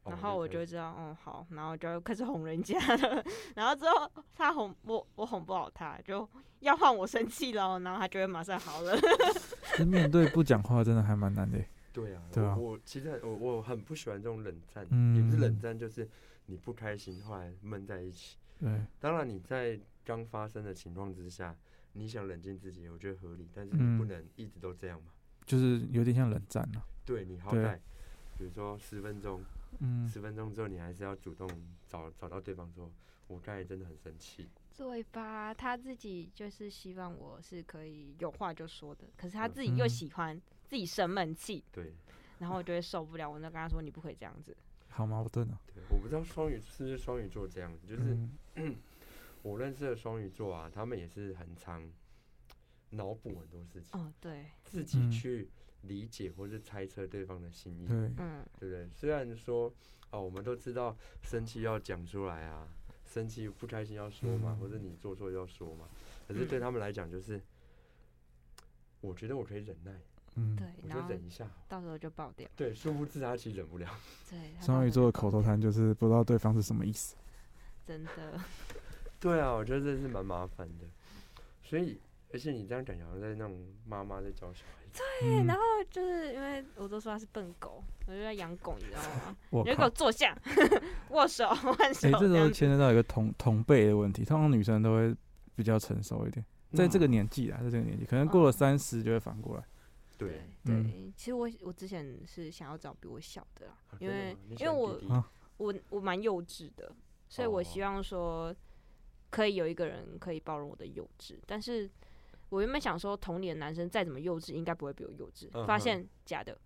[SPEAKER 2] 哦
[SPEAKER 5] 然后我
[SPEAKER 2] 就
[SPEAKER 5] 就
[SPEAKER 2] 开
[SPEAKER 5] 会
[SPEAKER 2] 始
[SPEAKER 5] 知道，嗯，好，然后就开始哄人家了。 然后之后他哄我，我哄不好他，就要换我生气喽，然后他就会马上好了。
[SPEAKER 4] 其实面对不讲话真的还蛮难的欸。
[SPEAKER 2] 对啊，
[SPEAKER 4] 对啊
[SPEAKER 2] 我我其实很我我很不喜欢这种冷战，
[SPEAKER 4] 嗯
[SPEAKER 2] 也不是冷战，就是你不开心后来闷在一起。
[SPEAKER 4] 对，
[SPEAKER 2] 当然你在刚发生的情况之下，你想冷静自己，我觉得合理，但是你不
[SPEAKER 4] 嗯
[SPEAKER 2] 能一直都这样嘛。
[SPEAKER 4] 就是有点像冷战啊了。
[SPEAKER 2] 对你好
[SPEAKER 4] 对
[SPEAKER 2] 歹，比如说十分钟，
[SPEAKER 4] 嗯，
[SPEAKER 2] 十分钟之后你还是要主动找找到对方说，我刚才真的很生气。
[SPEAKER 5] 对吧？他自己就是希望我是可以有话就说的，可是他自己
[SPEAKER 4] 嗯
[SPEAKER 5] 又喜欢自己生闷气，
[SPEAKER 2] 对
[SPEAKER 5] 然后我就会受不了，我就跟他说你不可以这样子。
[SPEAKER 4] 好矛盾啊。
[SPEAKER 2] 对，我不知道双鱼是不是双鱼座这样，就是
[SPEAKER 4] 嗯
[SPEAKER 2] 我认识的双鱼座啊，他们也是很常脑补很多事情。
[SPEAKER 5] 哦，对，
[SPEAKER 2] 自己
[SPEAKER 4] 嗯
[SPEAKER 2] 去理解或是猜测对方的心意，
[SPEAKER 4] 对，
[SPEAKER 5] 嗯，
[SPEAKER 2] 对不对？虽然说啊，我们都知道生气要讲出来啊，生气不开心要说嘛，
[SPEAKER 4] 嗯
[SPEAKER 2] 或者你做错要说嘛，可是对
[SPEAKER 5] 嗯
[SPEAKER 2] 他们来讲就是，我觉得我可以忍耐，
[SPEAKER 4] 嗯，
[SPEAKER 5] 对，
[SPEAKER 2] 我
[SPEAKER 5] 然
[SPEAKER 2] 就
[SPEAKER 5] 后
[SPEAKER 2] 忍一下好了。
[SPEAKER 5] 到时候就爆掉。
[SPEAKER 2] 对，殊不知他其实忍不了。
[SPEAKER 5] 对，他
[SPEAKER 4] 双
[SPEAKER 5] 到
[SPEAKER 4] 鱼
[SPEAKER 5] 时候
[SPEAKER 4] 座的口头禅就是不知道对方是什么意思。
[SPEAKER 5] 真的，
[SPEAKER 2] 对啊，我觉得这是蛮麻烦的，所以。而且你这样感觉好像在那种妈妈在教小孩，
[SPEAKER 4] 嗯，
[SPEAKER 5] 然后就是因为我都说他是笨狗，我就在养狗，你知道吗？
[SPEAKER 4] 我
[SPEAKER 5] 你就给
[SPEAKER 4] 靠
[SPEAKER 5] 我，坐下，握手， 换手
[SPEAKER 4] 哎，，这时候
[SPEAKER 5] 样子
[SPEAKER 4] 牵涉到一个同同辈的问题，通常女生都会比较成熟一点，在这个
[SPEAKER 2] 嗯
[SPEAKER 4] 年纪啊，在这个年纪，可能过了
[SPEAKER 5] 哦
[SPEAKER 4] 三十就会反过来。
[SPEAKER 2] 对，
[SPEAKER 5] 对
[SPEAKER 4] 嗯，
[SPEAKER 5] 其实我我之前是想要找比我小的啦
[SPEAKER 2] 啊，
[SPEAKER 5] 因
[SPEAKER 2] 真的
[SPEAKER 5] 为
[SPEAKER 2] 吗你喜
[SPEAKER 5] 因为
[SPEAKER 2] 欢
[SPEAKER 5] 我
[SPEAKER 2] 弟弟
[SPEAKER 4] 啊
[SPEAKER 5] 我我蛮幼稚的，所以我希
[SPEAKER 2] 哦
[SPEAKER 5] 望说可以有一个人可以包容我的幼稚，但是我原本想说同龄的男生再怎么幼稚，应该不会比我幼稚，
[SPEAKER 2] 嗯
[SPEAKER 5] 发
[SPEAKER 2] 哼
[SPEAKER 5] 现假的。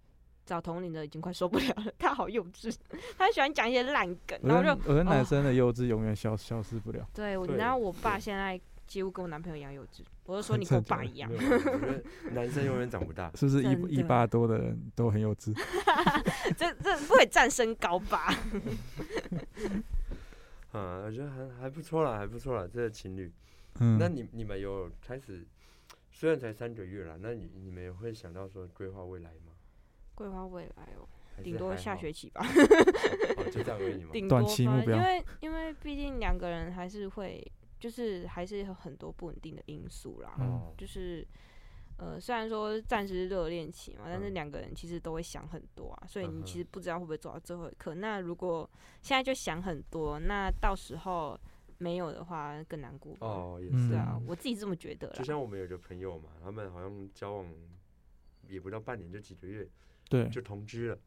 [SPEAKER 5] 找同龄的已经快受不了 了，他好幼稚，他喜欢讲一些烂梗，
[SPEAKER 4] 我
[SPEAKER 5] 然后
[SPEAKER 4] 跟
[SPEAKER 5] 就
[SPEAKER 4] 我跟
[SPEAKER 5] 哦
[SPEAKER 4] 男生的幼稚永远消消失不了。
[SPEAKER 5] 对我，
[SPEAKER 2] 嗯对
[SPEAKER 5] 然后我爸
[SPEAKER 2] 对
[SPEAKER 5] 现在几乎跟我男朋友一样幼稚，我 就说你跟
[SPEAKER 4] 真的假
[SPEAKER 5] 我爸
[SPEAKER 4] 的。
[SPEAKER 5] 一样
[SPEAKER 2] 没，有，我觉得男生永远长不大
[SPEAKER 4] 是不是
[SPEAKER 5] 真的
[SPEAKER 4] 一一八多的人都很幼 稚？
[SPEAKER 5] 这这不会战身高吧？
[SPEAKER 2] 嗯，我觉得还还不错啦，还不错啦，这个情侣。
[SPEAKER 4] 嗯，
[SPEAKER 2] 那你你们有开始，虽然才三个月啦，那你你们也会想到说规划未来吗？
[SPEAKER 5] 规划未来哦，
[SPEAKER 2] 还是
[SPEAKER 5] 顶多
[SPEAKER 2] 还
[SPEAKER 5] 下
[SPEAKER 2] 好
[SPEAKER 5] 学期吧。
[SPEAKER 2] 哦，就这样而已嘛。
[SPEAKER 5] 顶
[SPEAKER 4] 短
[SPEAKER 5] 多
[SPEAKER 4] 期
[SPEAKER 5] 吧
[SPEAKER 4] 目标
[SPEAKER 5] 因为因为毕竟两个人还是会，就是还是有很多不稳定的因素啦。
[SPEAKER 4] 嗯
[SPEAKER 2] 哦，
[SPEAKER 5] 就是呃，虽然说暂时热恋期嘛，但是
[SPEAKER 2] 嗯
[SPEAKER 5] 两个人其实都会想很多啊，所以
[SPEAKER 2] 嗯
[SPEAKER 5] 你
[SPEAKER 2] 哼
[SPEAKER 5] 其实不知道会不会走到最后一刻。那如果现在就想很多，那到时候没有的话更难过。，
[SPEAKER 2] 哦，也
[SPEAKER 4] 嗯
[SPEAKER 2] 是
[SPEAKER 5] 对
[SPEAKER 2] 啊。
[SPEAKER 5] 啊，我自己这么觉得
[SPEAKER 2] 就
[SPEAKER 5] 啦。
[SPEAKER 2] 像我们有个朋友嘛，他们好像交往也不到半年，就几个月
[SPEAKER 4] 对，
[SPEAKER 2] 就同居了。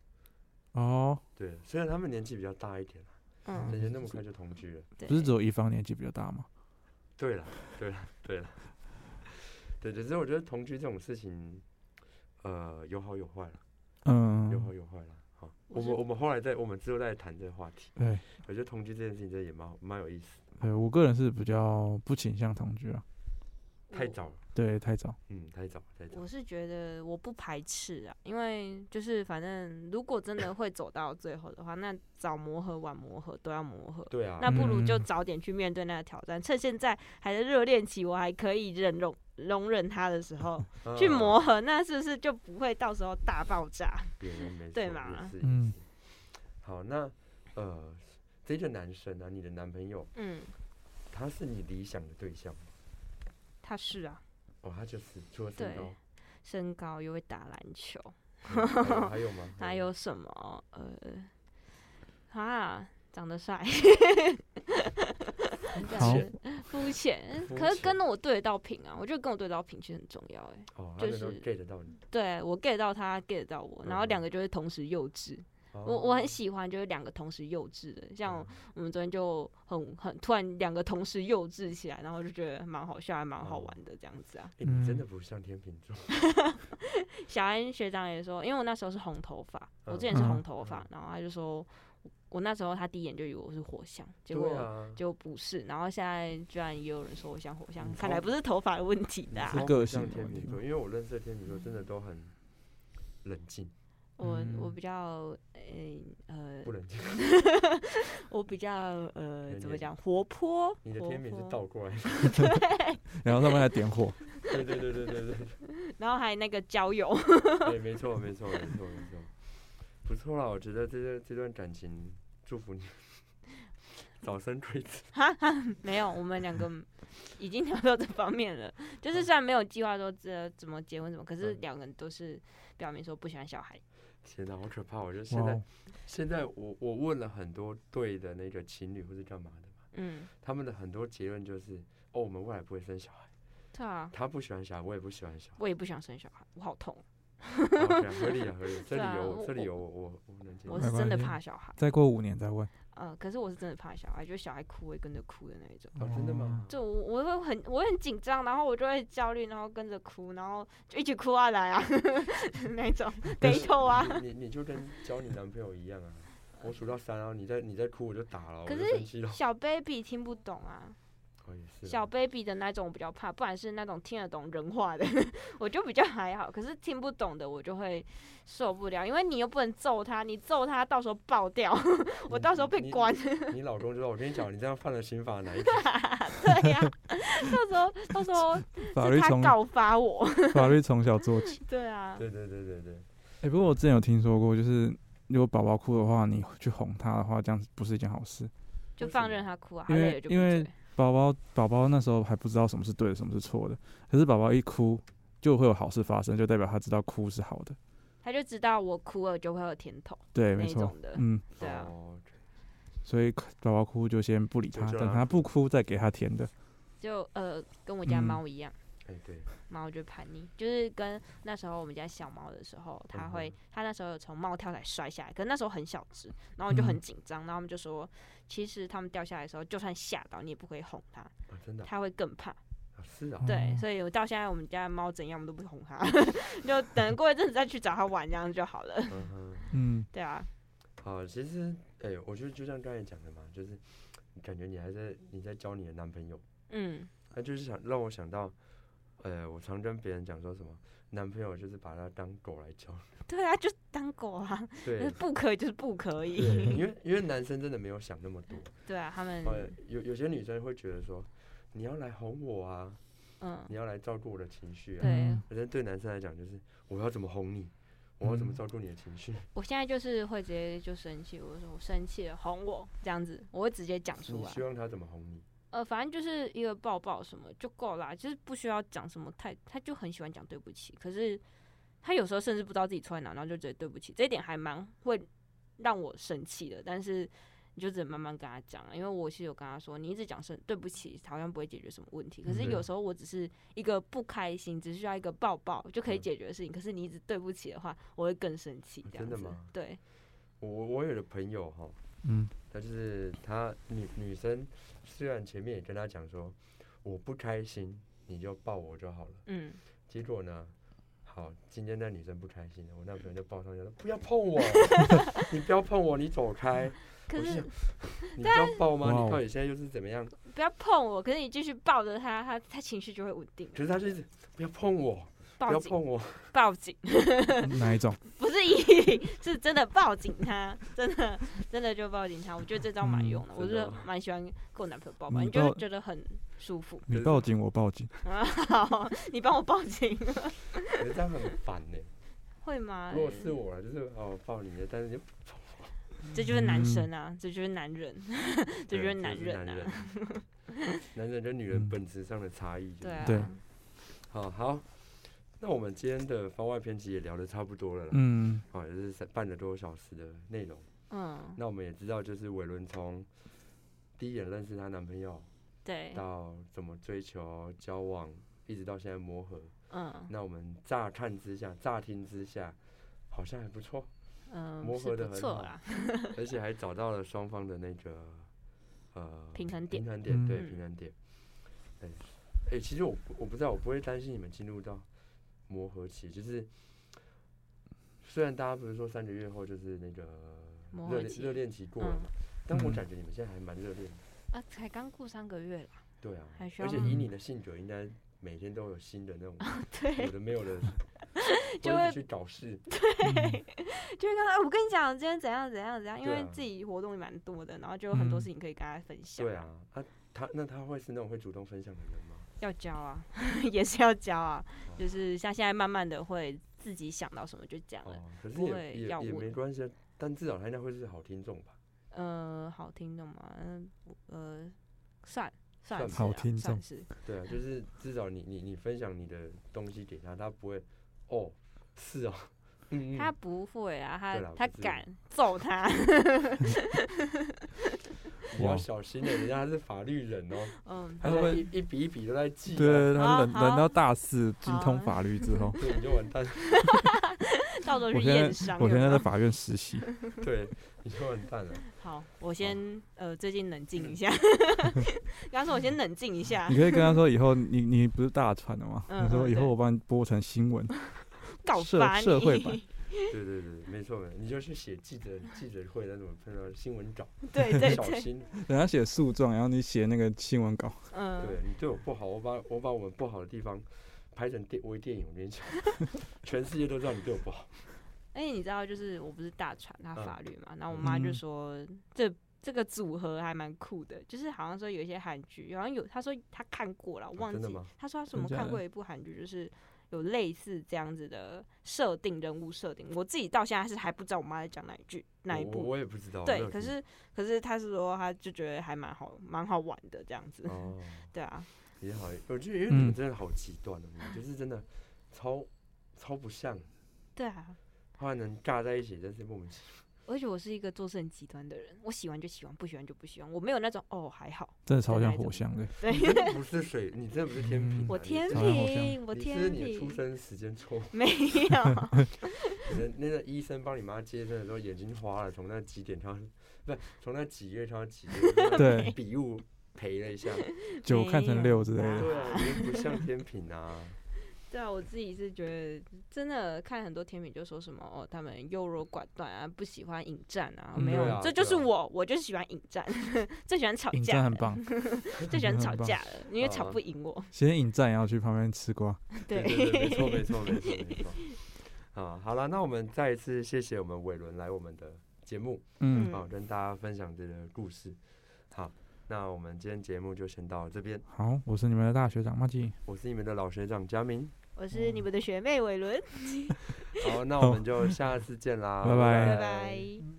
[SPEAKER 4] 哦，
[SPEAKER 2] 对，虽然他们年纪比较大一点啦，
[SPEAKER 5] 嗯，
[SPEAKER 2] 人家那么快就同居了。
[SPEAKER 5] 对
[SPEAKER 4] 不是只有一方年纪比较大吗？
[SPEAKER 2] 对了，对了，对了， 对，只是我觉得同居这种事情，呃，有好有坏了，有好
[SPEAKER 4] 嗯，
[SPEAKER 2] 有坏了。好，
[SPEAKER 5] 我
[SPEAKER 2] 我
[SPEAKER 5] 是
[SPEAKER 2] 们我们后来再，我们之后再谈这个话题。
[SPEAKER 4] 对，
[SPEAKER 2] 我觉得同居这件事情真的也蛮好蛮有意思的，
[SPEAKER 4] 对呃我个人是比较不倾向同居啊，
[SPEAKER 2] 太
[SPEAKER 5] 我
[SPEAKER 2] 早了，
[SPEAKER 4] 对，太早，
[SPEAKER 2] 嗯，太早，太早
[SPEAKER 5] 嗯我。是觉得我不排斥啊，因为就是反正如果真的会走到最后的话，那早磨合晚磨合都要磨合，
[SPEAKER 2] 对啊，
[SPEAKER 5] 那不如就
[SPEAKER 4] 嗯
[SPEAKER 5] 早点去面对那个挑战，趁现在还在热恋期，我还可以忍容容忍他的时候去
[SPEAKER 2] 嗯
[SPEAKER 5] 磨，合，那是不是就不会到时候大爆炸？
[SPEAKER 2] 别人 没
[SPEAKER 5] 对
[SPEAKER 2] 错
[SPEAKER 5] 嘛
[SPEAKER 2] 也是也
[SPEAKER 4] 嗯
[SPEAKER 2] 是好，那呃，这个男生啊，你的男朋友，
[SPEAKER 5] 嗯，
[SPEAKER 2] 他是你理想的对象吗？
[SPEAKER 5] 他是啊，
[SPEAKER 2] 哦，他就是除了身
[SPEAKER 5] 对
[SPEAKER 2] 高，
[SPEAKER 5] 身高又会打篮球，
[SPEAKER 2] 嗯还有还有吗？
[SPEAKER 5] 还有什么呃，啊，长得帅，
[SPEAKER 4] 好
[SPEAKER 5] 长得肤浅，
[SPEAKER 2] 肤
[SPEAKER 5] 可是
[SPEAKER 2] 浅
[SPEAKER 5] 跟我对得到频啊，我觉得跟我对得到频其实很重要哎、
[SPEAKER 2] 哦，他
[SPEAKER 5] 就
[SPEAKER 2] 能够
[SPEAKER 5] 是
[SPEAKER 2] get 得到你。
[SPEAKER 5] 对我 get 到他，get 到我，然
[SPEAKER 2] 嗯
[SPEAKER 5] 后
[SPEAKER 2] 哦哼
[SPEAKER 5] 两个就会同时幼稚。
[SPEAKER 2] 我
[SPEAKER 5] 我我很喜欢就是两个同时幼稚的，
[SPEAKER 2] 嗯
[SPEAKER 5] 像我们昨天就很很突然两个同时幼稚起来，然后就觉得蛮好笑，还蛮好
[SPEAKER 2] 哦
[SPEAKER 5] 玩的这样子啊。
[SPEAKER 2] 欸你真的
[SPEAKER 4] 嗯
[SPEAKER 2] 不像天秤座，
[SPEAKER 5] 小安学长也说，因为我那时候是红头发，我之
[SPEAKER 2] 嗯
[SPEAKER 5] 前是
[SPEAKER 4] 嗯
[SPEAKER 5] 红头发，然后他就说，我那时候他第一眼就以为我是火象，结
[SPEAKER 2] 对
[SPEAKER 5] 果
[SPEAKER 2] 啊，
[SPEAKER 5] 就不是，然后现在居然也有人说我像火象
[SPEAKER 2] 你，
[SPEAKER 5] 看来
[SPEAKER 2] 超
[SPEAKER 5] 不是头发的问题
[SPEAKER 2] 你
[SPEAKER 5] 的啊、
[SPEAKER 2] 超
[SPEAKER 4] 个
[SPEAKER 2] 不
[SPEAKER 4] 性
[SPEAKER 2] 哦像
[SPEAKER 4] 的
[SPEAKER 2] 天
[SPEAKER 4] 问
[SPEAKER 2] 秤
[SPEAKER 4] 题
[SPEAKER 2] 座，
[SPEAKER 4] 吗
[SPEAKER 2] 因为我认识的天秤座真的都很冷静，
[SPEAKER 5] 我我
[SPEAKER 4] 嗯
[SPEAKER 5] 比较，嗯呃
[SPEAKER 2] 不，冷静。
[SPEAKER 5] 我比较呃
[SPEAKER 2] 有
[SPEAKER 5] 怎么
[SPEAKER 2] 点
[SPEAKER 5] 讲活泼，
[SPEAKER 2] 你的
[SPEAKER 5] 活
[SPEAKER 2] 天秤是
[SPEAKER 5] 泼
[SPEAKER 2] 倒过来的，
[SPEAKER 4] 然后他们还点 火，
[SPEAKER 2] 对对对对对对。
[SPEAKER 5] 然后还那个交友，
[SPEAKER 2] 对，没错，没错，没错，没错，不错啦，我觉得这段这段感情，祝福你早生贵子。
[SPEAKER 5] 没有，我们两 个已经聊到这方面了。就是虽然没有计划说这怎么结婚怎么，可是
[SPEAKER 2] 嗯
[SPEAKER 5] 两个人都是表明说不喜欢小孩。
[SPEAKER 2] 天哪，好可怕！我觉得现
[SPEAKER 4] 哇
[SPEAKER 2] 在
[SPEAKER 4] 哦，
[SPEAKER 2] 现在我我问了很多对的那个情侣或是干嘛的嘛，
[SPEAKER 5] 嗯，
[SPEAKER 2] 他们的很多结论就是，哦，我们未来不会生小孩，
[SPEAKER 5] 对啊，
[SPEAKER 2] 他不喜欢小孩，我也不喜欢小 孩。
[SPEAKER 5] 我也不想生小孩，我好痛，
[SPEAKER 2] OK，合理啊，合理啊，这
[SPEAKER 5] 对啊
[SPEAKER 2] 里有我，
[SPEAKER 5] 我
[SPEAKER 2] 这里
[SPEAKER 5] 我
[SPEAKER 2] 有我，我我能接
[SPEAKER 5] 我
[SPEAKER 2] 受。
[SPEAKER 5] 是真的
[SPEAKER 4] 没关系
[SPEAKER 5] 怕小孩。
[SPEAKER 4] 再过五年再问，
[SPEAKER 5] 呃，可是我是真的怕小孩，就是小孩哭我也跟着哭的那一种。
[SPEAKER 2] 哦，真的吗？
[SPEAKER 5] 就我我会很我会很紧张，然后我就会焦虑，然后跟着哭，然后就一起哭啊来啊 那一种
[SPEAKER 4] 但
[SPEAKER 5] 悲痛啊。
[SPEAKER 2] 你你就跟交你男朋友一样啊，我数到三，然后你再你再哭我就打了，我
[SPEAKER 5] 可
[SPEAKER 2] 就是生气了。
[SPEAKER 5] 小 baby 听不懂啊，
[SPEAKER 2] 哦，也是啊。
[SPEAKER 5] 小 baby 的那种我比较怕，不然是那种听得懂人话的， 我就比较还好。可是听不懂的我就会受不了，因为你又不能揍他，你揍他到时候爆掉， 我
[SPEAKER 2] 你
[SPEAKER 5] 到时候被
[SPEAKER 2] 你
[SPEAKER 5] 关。
[SPEAKER 2] 你老公知道，我跟你讲，你这样犯了刑法哪一条？
[SPEAKER 5] 对呀、到时候到时候
[SPEAKER 4] 法
[SPEAKER 5] 是
[SPEAKER 4] 律
[SPEAKER 5] 他
[SPEAKER 4] 从
[SPEAKER 5] 告发我。
[SPEAKER 4] 法律从小做起。
[SPEAKER 5] 对啊，
[SPEAKER 2] 对对对对对，
[SPEAKER 4] 哎、不过我之前有听说过，就是如果宝宝哭的话，你去哄他的话，这样子不是一件好事。
[SPEAKER 5] 就
[SPEAKER 2] 为什
[SPEAKER 5] 放
[SPEAKER 2] 么
[SPEAKER 5] 任他哭啊，他
[SPEAKER 4] 因
[SPEAKER 5] 累了
[SPEAKER 4] 为
[SPEAKER 5] 就闭
[SPEAKER 4] 因为
[SPEAKER 5] 嘴。
[SPEAKER 4] 宝宝宝宝那时候还不知道什么是对的，什么是错的。可是宝宝一哭，就会有好事发生，就代表他知道哭是好的。
[SPEAKER 5] 他就知道我哭了就会有甜头
[SPEAKER 4] 对，
[SPEAKER 5] 那
[SPEAKER 4] 没
[SPEAKER 5] 一
[SPEAKER 4] 错。
[SPEAKER 5] 种的，
[SPEAKER 4] 嗯，
[SPEAKER 5] 对啊，
[SPEAKER 2] 哦
[SPEAKER 4] 所以宝宝哭就先不理他，
[SPEAKER 2] 就让
[SPEAKER 4] 等
[SPEAKER 2] 他
[SPEAKER 4] 他不哭再给他甜的。
[SPEAKER 5] 就呃跟我家
[SPEAKER 4] 嗯
[SPEAKER 5] 猫一样。
[SPEAKER 2] 哎、对，
[SPEAKER 5] 猫就叛逆，就是跟那时候我们家小猫的时候，它会
[SPEAKER 2] 嗯，
[SPEAKER 5] 它那时候有从猫跳台摔下来，可是那时候很小只，然后我就很
[SPEAKER 4] 嗯
[SPEAKER 5] 紧张，然后他们就说，其实他们掉下来的时候，就算吓到你也不可以哄它，
[SPEAKER 2] 啊，真的啊、
[SPEAKER 5] 它会更怕。
[SPEAKER 2] 啊是啊，
[SPEAKER 5] 对，
[SPEAKER 4] 哦
[SPEAKER 5] 所以我到现在我们家的猫怎样，我们都不哄 它，就等过一阵子再去找它玩，这样就好了。
[SPEAKER 2] 嗯哼，
[SPEAKER 4] 嗯，
[SPEAKER 5] 对啊，
[SPEAKER 2] 好，其实，哎、我觉得就像刚才讲的嘛，就是感觉你还在你在交你的男朋友，
[SPEAKER 5] 嗯，
[SPEAKER 2] 那就是想让我想到，呃，我常跟别人讲说什么，男朋友就是把他当狗来教，
[SPEAKER 5] 对啊，就当狗啊，就是
[SPEAKER 2] 对。
[SPEAKER 5] 不可以就是不可
[SPEAKER 2] 对，
[SPEAKER 5] 以。
[SPEAKER 2] 因为因为男生真的没有想那么多，
[SPEAKER 5] 对啊，他们，
[SPEAKER 2] 呃，有有些女生会觉得说，你要来哄我啊，
[SPEAKER 5] 嗯，
[SPEAKER 2] 你要来照顾我的情绪啊，
[SPEAKER 5] 对
[SPEAKER 4] 嗯
[SPEAKER 2] 可是对男生来讲，就是我要怎么哄你，我要怎么
[SPEAKER 4] 嗯
[SPEAKER 2] 照顾你的情绪。
[SPEAKER 5] 我现在就是会直接就生气，我就说我生气了，哄我这样子，我会直接讲出
[SPEAKER 2] 你
[SPEAKER 5] 来
[SPEAKER 2] 希。望他怎么哄你？
[SPEAKER 5] 呃，反正就是一个抱抱什么就够啦，就是不需要讲什么太，他就很喜欢讲对不起，可是他有时候甚至不知道自己错在哪，然后就觉得对不起，这一点还蛮会让我生气的。但是你就只能慢慢跟他讲啊，因为我是有跟他说，你一直讲声对不起，好像不会解决什么问题。可是
[SPEAKER 2] 嗯
[SPEAKER 5] 有时候我只是一个不开心，只需要一个抱抱就可以
[SPEAKER 2] 嗯
[SPEAKER 5] 解决的事情，可是你一直对不起的话，我会更生气
[SPEAKER 2] 啊
[SPEAKER 5] 这样
[SPEAKER 2] 真的
[SPEAKER 5] 子
[SPEAKER 2] 吗。
[SPEAKER 5] 对，
[SPEAKER 2] 我我有的朋友哈，
[SPEAKER 5] 啊
[SPEAKER 4] 嗯，
[SPEAKER 2] 他就是他女女生，虽然前面也跟他讲说我不开心，你就抱我就好了，
[SPEAKER 5] 嗯，
[SPEAKER 2] 结果呢，好，今天那女生不开心了，我那朋友就抱上去了，不要碰我， 你不要碰我，你走开。
[SPEAKER 5] 可
[SPEAKER 2] 我就是 想，你不要抱吗？
[SPEAKER 4] 哇
[SPEAKER 2] 你
[SPEAKER 4] 哦
[SPEAKER 2] 到底现在又是怎么样？
[SPEAKER 5] 不要碰我，可是你继续抱着他，他他情绪就会稳定。
[SPEAKER 2] 可是他就是不要碰我，不
[SPEAKER 5] 报
[SPEAKER 2] 要
[SPEAKER 5] 警，
[SPEAKER 2] 碰我，
[SPEAKER 5] 报警，
[SPEAKER 4] 哪一种？
[SPEAKER 5] 不是一零，是真的报警他，真的真的就报警他。我觉得这招蛮用的，
[SPEAKER 2] 嗯
[SPEAKER 5] 我
[SPEAKER 2] 真的
[SPEAKER 5] 是
[SPEAKER 2] 吗
[SPEAKER 5] 蛮喜欢跟我男朋友抱抱，
[SPEAKER 4] 你
[SPEAKER 5] 你就会
[SPEAKER 4] 抱
[SPEAKER 5] 觉得很舒服。
[SPEAKER 4] 你报警，我报警。
[SPEAKER 5] 啊，好，你帮我报警
[SPEAKER 2] 可是这样很烦 呢、
[SPEAKER 5] 会吗
[SPEAKER 2] 如？果是我了，就是哦抱你的，但 是你就
[SPEAKER 5] 这就是男生啊，这就是男人， 这就是男
[SPEAKER 2] 人，嗯
[SPEAKER 5] 人
[SPEAKER 2] 男
[SPEAKER 5] 啊，
[SPEAKER 2] 人， 男人跟女人
[SPEAKER 4] 嗯
[SPEAKER 2] 本质上的差异。
[SPEAKER 5] 对啊，
[SPEAKER 4] 对
[SPEAKER 2] 好好，那我们今天的番外篇集也聊得差不多了啦，
[SPEAKER 4] 嗯，
[SPEAKER 2] 好、也是三半个多小时的内容。
[SPEAKER 5] 嗯，
[SPEAKER 2] 那我们也知道，就是伟伦从第一眼认识她男朋友，
[SPEAKER 5] 嗯对，
[SPEAKER 2] 到怎么追求、交往，一直到现在磨合。
[SPEAKER 5] 嗯
[SPEAKER 2] 那我们乍看之下、乍听之下，好像还不 错，
[SPEAKER 5] 嗯，
[SPEAKER 2] 磨
[SPEAKER 5] 是
[SPEAKER 2] 合得
[SPEAKER 5] 不
[SPEAKER 2] 很
[SPEAKER 5] 错
[SPEAKER 2] 好
[SPEAKER 5] 啦，
[SPEAKER 2] 而且还找到了双方的那个呃
[SPEAKER 5] 平衡点
[SPEAKER 2] 平衡点对
[SPEAKER 5] 嗯
[SPEAKER 2] 平衡点。对，哎、其实我不我不知道，我不会担心你们进入到磨合期，就是虽然大家不是说三个月后就是那个
[SPEAKER 5] 磨合
[SPEAKER 2] 热恋
[SPEAKER 5] 期
[SPEAKER 2] 热恋期过了
[SPEAKER 5] 嗯
[SPEAKER 2] 嘛，但我
[SPEAKER 4] 嗯
[SPEAKER 2] 感觉你们现在还蛮热恋的，
[SPEAKER 5] 啊，才刚过三个月啦，
[SPEAKER 2] 对啊
[SPEAKER 5] 还，需
[SPEAKER 2] 而
[SPEAKER 5] 要
[SPEAKER 2] 且以
[SPEAKER 4] 慢
[SPEAKER 2] 你的性格，应该每天都有新的 那种有
[SPEAKER 5] 对，
[SPEAKER 2] 的没有的，
[SPEAKER 5] 就
[SPEAKER 2] 会一
[SPEAKER 5] 会
[SPEAKER 2] 直去找事，
[SPEAKER 5] 就是刚才我跟你讲，今天怎样怎样怎样，因
[SPEAKER 2] 对
[SPEAKER 5] 为
[SPEAKER 2] 啊
[SPEAKER 5] 自己活动也蛮多的，然后就有很多
[SPEAKER 4] 嗯
[SPEAKER 5] 事情可以跟大家分享，
[SPEAKER 2] 对，啊，他他那他会是那种会主动分享的人吗？
[SPEAKER 5] 要教啊， 也是要教啊，
[SPEAKER 2] 哦
[SPEAKER 5] 就是像现在慢慢的会自己想到什么就讲了，
[SPEAKER 2] 哦，可是
[SPEAKER 5] 不
[SPEAKER 2] 也
[SPEAKER 5] 会
[SPEAKER 2] 也
[SPEAKER 5] 要
[SPEAKER 2] 也
[SPEAKER 5] 问
[SPEAKER 2] 没关系，啊，但至少他应该会是好听众吧？
[SPEAKER 5] 呃，好听的嘛，嗯呃，算算
[SPEAKER 2] 算
[SPEAKER 5] 是
[SPEAKER 4] 吧好
[SPEAKER 5] 啊
[SPEAKER 4] 听
[SPEAKER 5] 算
[SPEAKER 4] 众
[SPEAKER 5] 是，
[SPEAKER 2] 对啊，就是至少你你你分享你的东西给他，他不会哦，是哦， 嗯，
[SPEAKER 5] 他
[SPEAKER 2] 嗯
[SPEAKER 5] 不会啊，他
[SPEAKER 2] 对啦
[SPEAKER 5] 他
[SPEAKER 2] 不至于
[SPEAKER 5] 敢揍他，
[SPEAKER 2] 你要
[SPEAKER 4] 哇
[SPEAKER 2] 小心的，人家是法律人哦，
[SPEAKER 5] 嗯，
[SPEAKER 2] 他
[SPEAKER 4] 会不
[SPEAKER 2] 们
[SPEAKER 4] 会
[SPEAKER 2] 一一笔一笔都在记、啊，
[SPEAKER 4] 对对，对
[SPEAKER 5] 好
[SPEAKER 4] 他忍
[SPEAKER 5] 好
[SPEAKER 4] 忍到大四精通
[SPEAKER 5] 好
[SPEAKER 4] 法律之后，
[SPEAKER 2] 对，你就完蛋，
[SPEAKER 5] 到时候
[SPEAKER 4] 我
[SPEAKER 5] 去
[SPEAKER 4] 现
[SPEAKER 5] 验
[SPEAKER 4] 在
[SPEAKER 5] 伤。
[SPEAKER 4] 我
[SPEAKER 5] 有
[SPEAKER 4] 现
[SPEAKER 5] 没
[SPEAKER 4] 在在
[SPEAKER 5] 有
[SPEAKER 4] 法院实 习。
[SPEAKER 2] 对，你就完蛋了。
[SPEAKER 5] 好，我
[SPEAKER 2] 哦
[SPEAKER 5] 先呃，最近冷静一 下。 刚说我先冷静一下
[SPEAKER 4] 你，可以跟他说，以后你你不是大传的吗？
[SPEAKER 5] 嗯
[SPEAKER 4] 你说
[SPEAKER 5] 嗯
[SPEAKER 4] 以后
[SPEAKER 5] 对
[SPEAKER 4] 我帮你播成新 闻，
[SPEAKER 5] 告
[SPEAKER 4] 社
[SPEAKER 5] 发
[SPEAKER 4] 社会
[SPEAKER 5] 你。
[SPEAKER 4] 版
[SPEAKER 2] 对对对，没错没错，你就去写记者记者会那种碰到新闻稿，
[SPEAKER 5] 对对
[SPEAKER 2] 小
[SPEAKER 5] 对，
[SPEAKER 2] 心，
[SPEAKER 4] 人家写诉状，然后你写那个新闻稿，
[SPEAKER 5] 嗯
[SPEAKER 2] 对，你对我不好，我把我把我们不好的地方拍成电微电影，我跟你讲， 全世界都知道你对我不好。
[SPEAKER 5] 而且哎你知道，就是我不是大传他
[SPEAKER 2] 嗯
[SPEAKER 5] 法律嘛，然后我妈就
[SPEAKER 4] 嗯
[SPEAKER 5] 说这这个组合还蛮酷的，就是好像说有一些韩剧，好像有她说她看过了，我
[SPEAKER 2] 哦
[SPEAKER 5] 忘
[SPEAKER 2] 真的
[SPEAKER 5] 记
[SPEAKER 2] 吗，
[SPEAKER 5] 她说她什
[SPEAKER 4] 真
[SPEAKER 5] 么
[SPEAKER 4] 假
[SPEAKER 5] 看
[SPEAKER 4] 的
[SPEAKER 5] 过一部韩剧，就是有类似这样子的设定人物设定，我自己到现在是还不知道我妈在讲哪一句哪一
[SPEAKER 2] 我
[SPEAKER 5] 部，
[SPEAKER 2] 我也不知道。没
[SPEAKER 5] 对，
[SPEAKER 2] 有
[SPEAKER 5] 可
[SPEAKER 2] 听
[SPEAKER 5] 是可是她是说她就觉得还蛮好蛮好玩的这样 子，
[SPEAKER 2] 哦，
[SPEAKER 5] 对啊，
[SPEAKER 2] 也好，我觉得因为你们
[SPEAKER 4] 嗯
[SPEAKER 2] 真的好极端哦，你们就是真的超超不像，
[SPEAKER 5] 对啊，
[SPEAKER 2] 后来能尬在一起，真是莫名其
[SPEAKER 5] 而且我是一个做事很极端的人，我喜欢就喜欢，不喜欢就不喜欢，我没有那种哦还好，
[SPEAKER 4] 真的超
[SPEAKER 5] 对
[SPEAKER 4] 像
[SPEAKER 5] 那一
[SPEAKER 4] 火
[SPEAKER 5] 种
[SPEAKER 4] 象的。
[SPEAKER 5] 对
[SPEAKER 2] 妙。你真的不是水，你真的不是天平啊、
[SPEAKER 4] 嗯
[SPEAKER 5] 我
[SPEAKER 2] 你
[SPEAKER 5] 天
[SPEAKER 4] 好像好像
[SPEAKER 5] 平，我
[SPEAKER 2] 你是
[SPEAKER 5] 天
[SPEAKER 2] 你的出
[SPEAKER 5] 平。
[SPEAKER 2] 生 时间错，
[SPEAKER 5] 没有，
[SPEAKER 2] 你的那个医生帮你妈接生的时候眼睛花了，从那几点看到，不是从那几月看到几月，那
[SPEAKER 4] 对
[SPEAKER 2] 笔误赔了一下，
[SPEAKER 4] 九看成六之类
[SPEAKER 5] 没有
[SPEAKER 4] 的，
[SPEAKER 2] 对 啊，你不像天平 啊，
[SPEAKER 5] 对啊，我自己是觉得真的看很多甜品就说什么哦，他们优柔寡断啊，不喜欢引战啊，
[SPEAKER 4] 嗯
[SPEAKER 5] 没有，
[SPEAKER 4] 对
[SPEAKER 2] 啊
[SPEAKER 5] 这就是
[SPEAKER 2] 对啊
[SPEAKER 5] 我，我就喜欢引战，最喜欢吵
[SPEAKER 4] 引
[SPEAKER 5] 架，
[SPEAKER 4] 战很，棒，
[SPEAKER 5] 最喜欢
[SPEAKER 4] 很
[SPEAKER 5] 吵
[SPEAKER 4] 棒
[SPEAKER 5] 架了，因为吵
[SPEAKER 2] 啊
[SPEAKER 5] 不赢我，
[SPEAKER 4] 先引战，然后去旁边吃瓜。
[SPEAKER 5] 对
[SPEAKER 2] 对对，没错没错没错 没错。啊，好了，那我们再一次谢谢我们伟伦来我们的节目。
[SPEAKER 4] 嗯，
[SPEAKER 2] 好，
[SPEAKER 5] 嗯，
[SPEAKER 2] 跟大家分享这个故事。好，那我们今天节目就先到这边。
[SPEAKER 4] 好，我是你们的大学长马季，
[SPEAKER 2] 我是你们的老学长佳明。
[SPEAKER 5] 我是你们的学妹伟伦，
[SPEAKER 2] 好，那
[SPEAKER 4] 好
[SPEAKER 2] 我们就下次见啦，
[SPEAKER 4] 拜拜
[SPEAKER 5] 拜拜。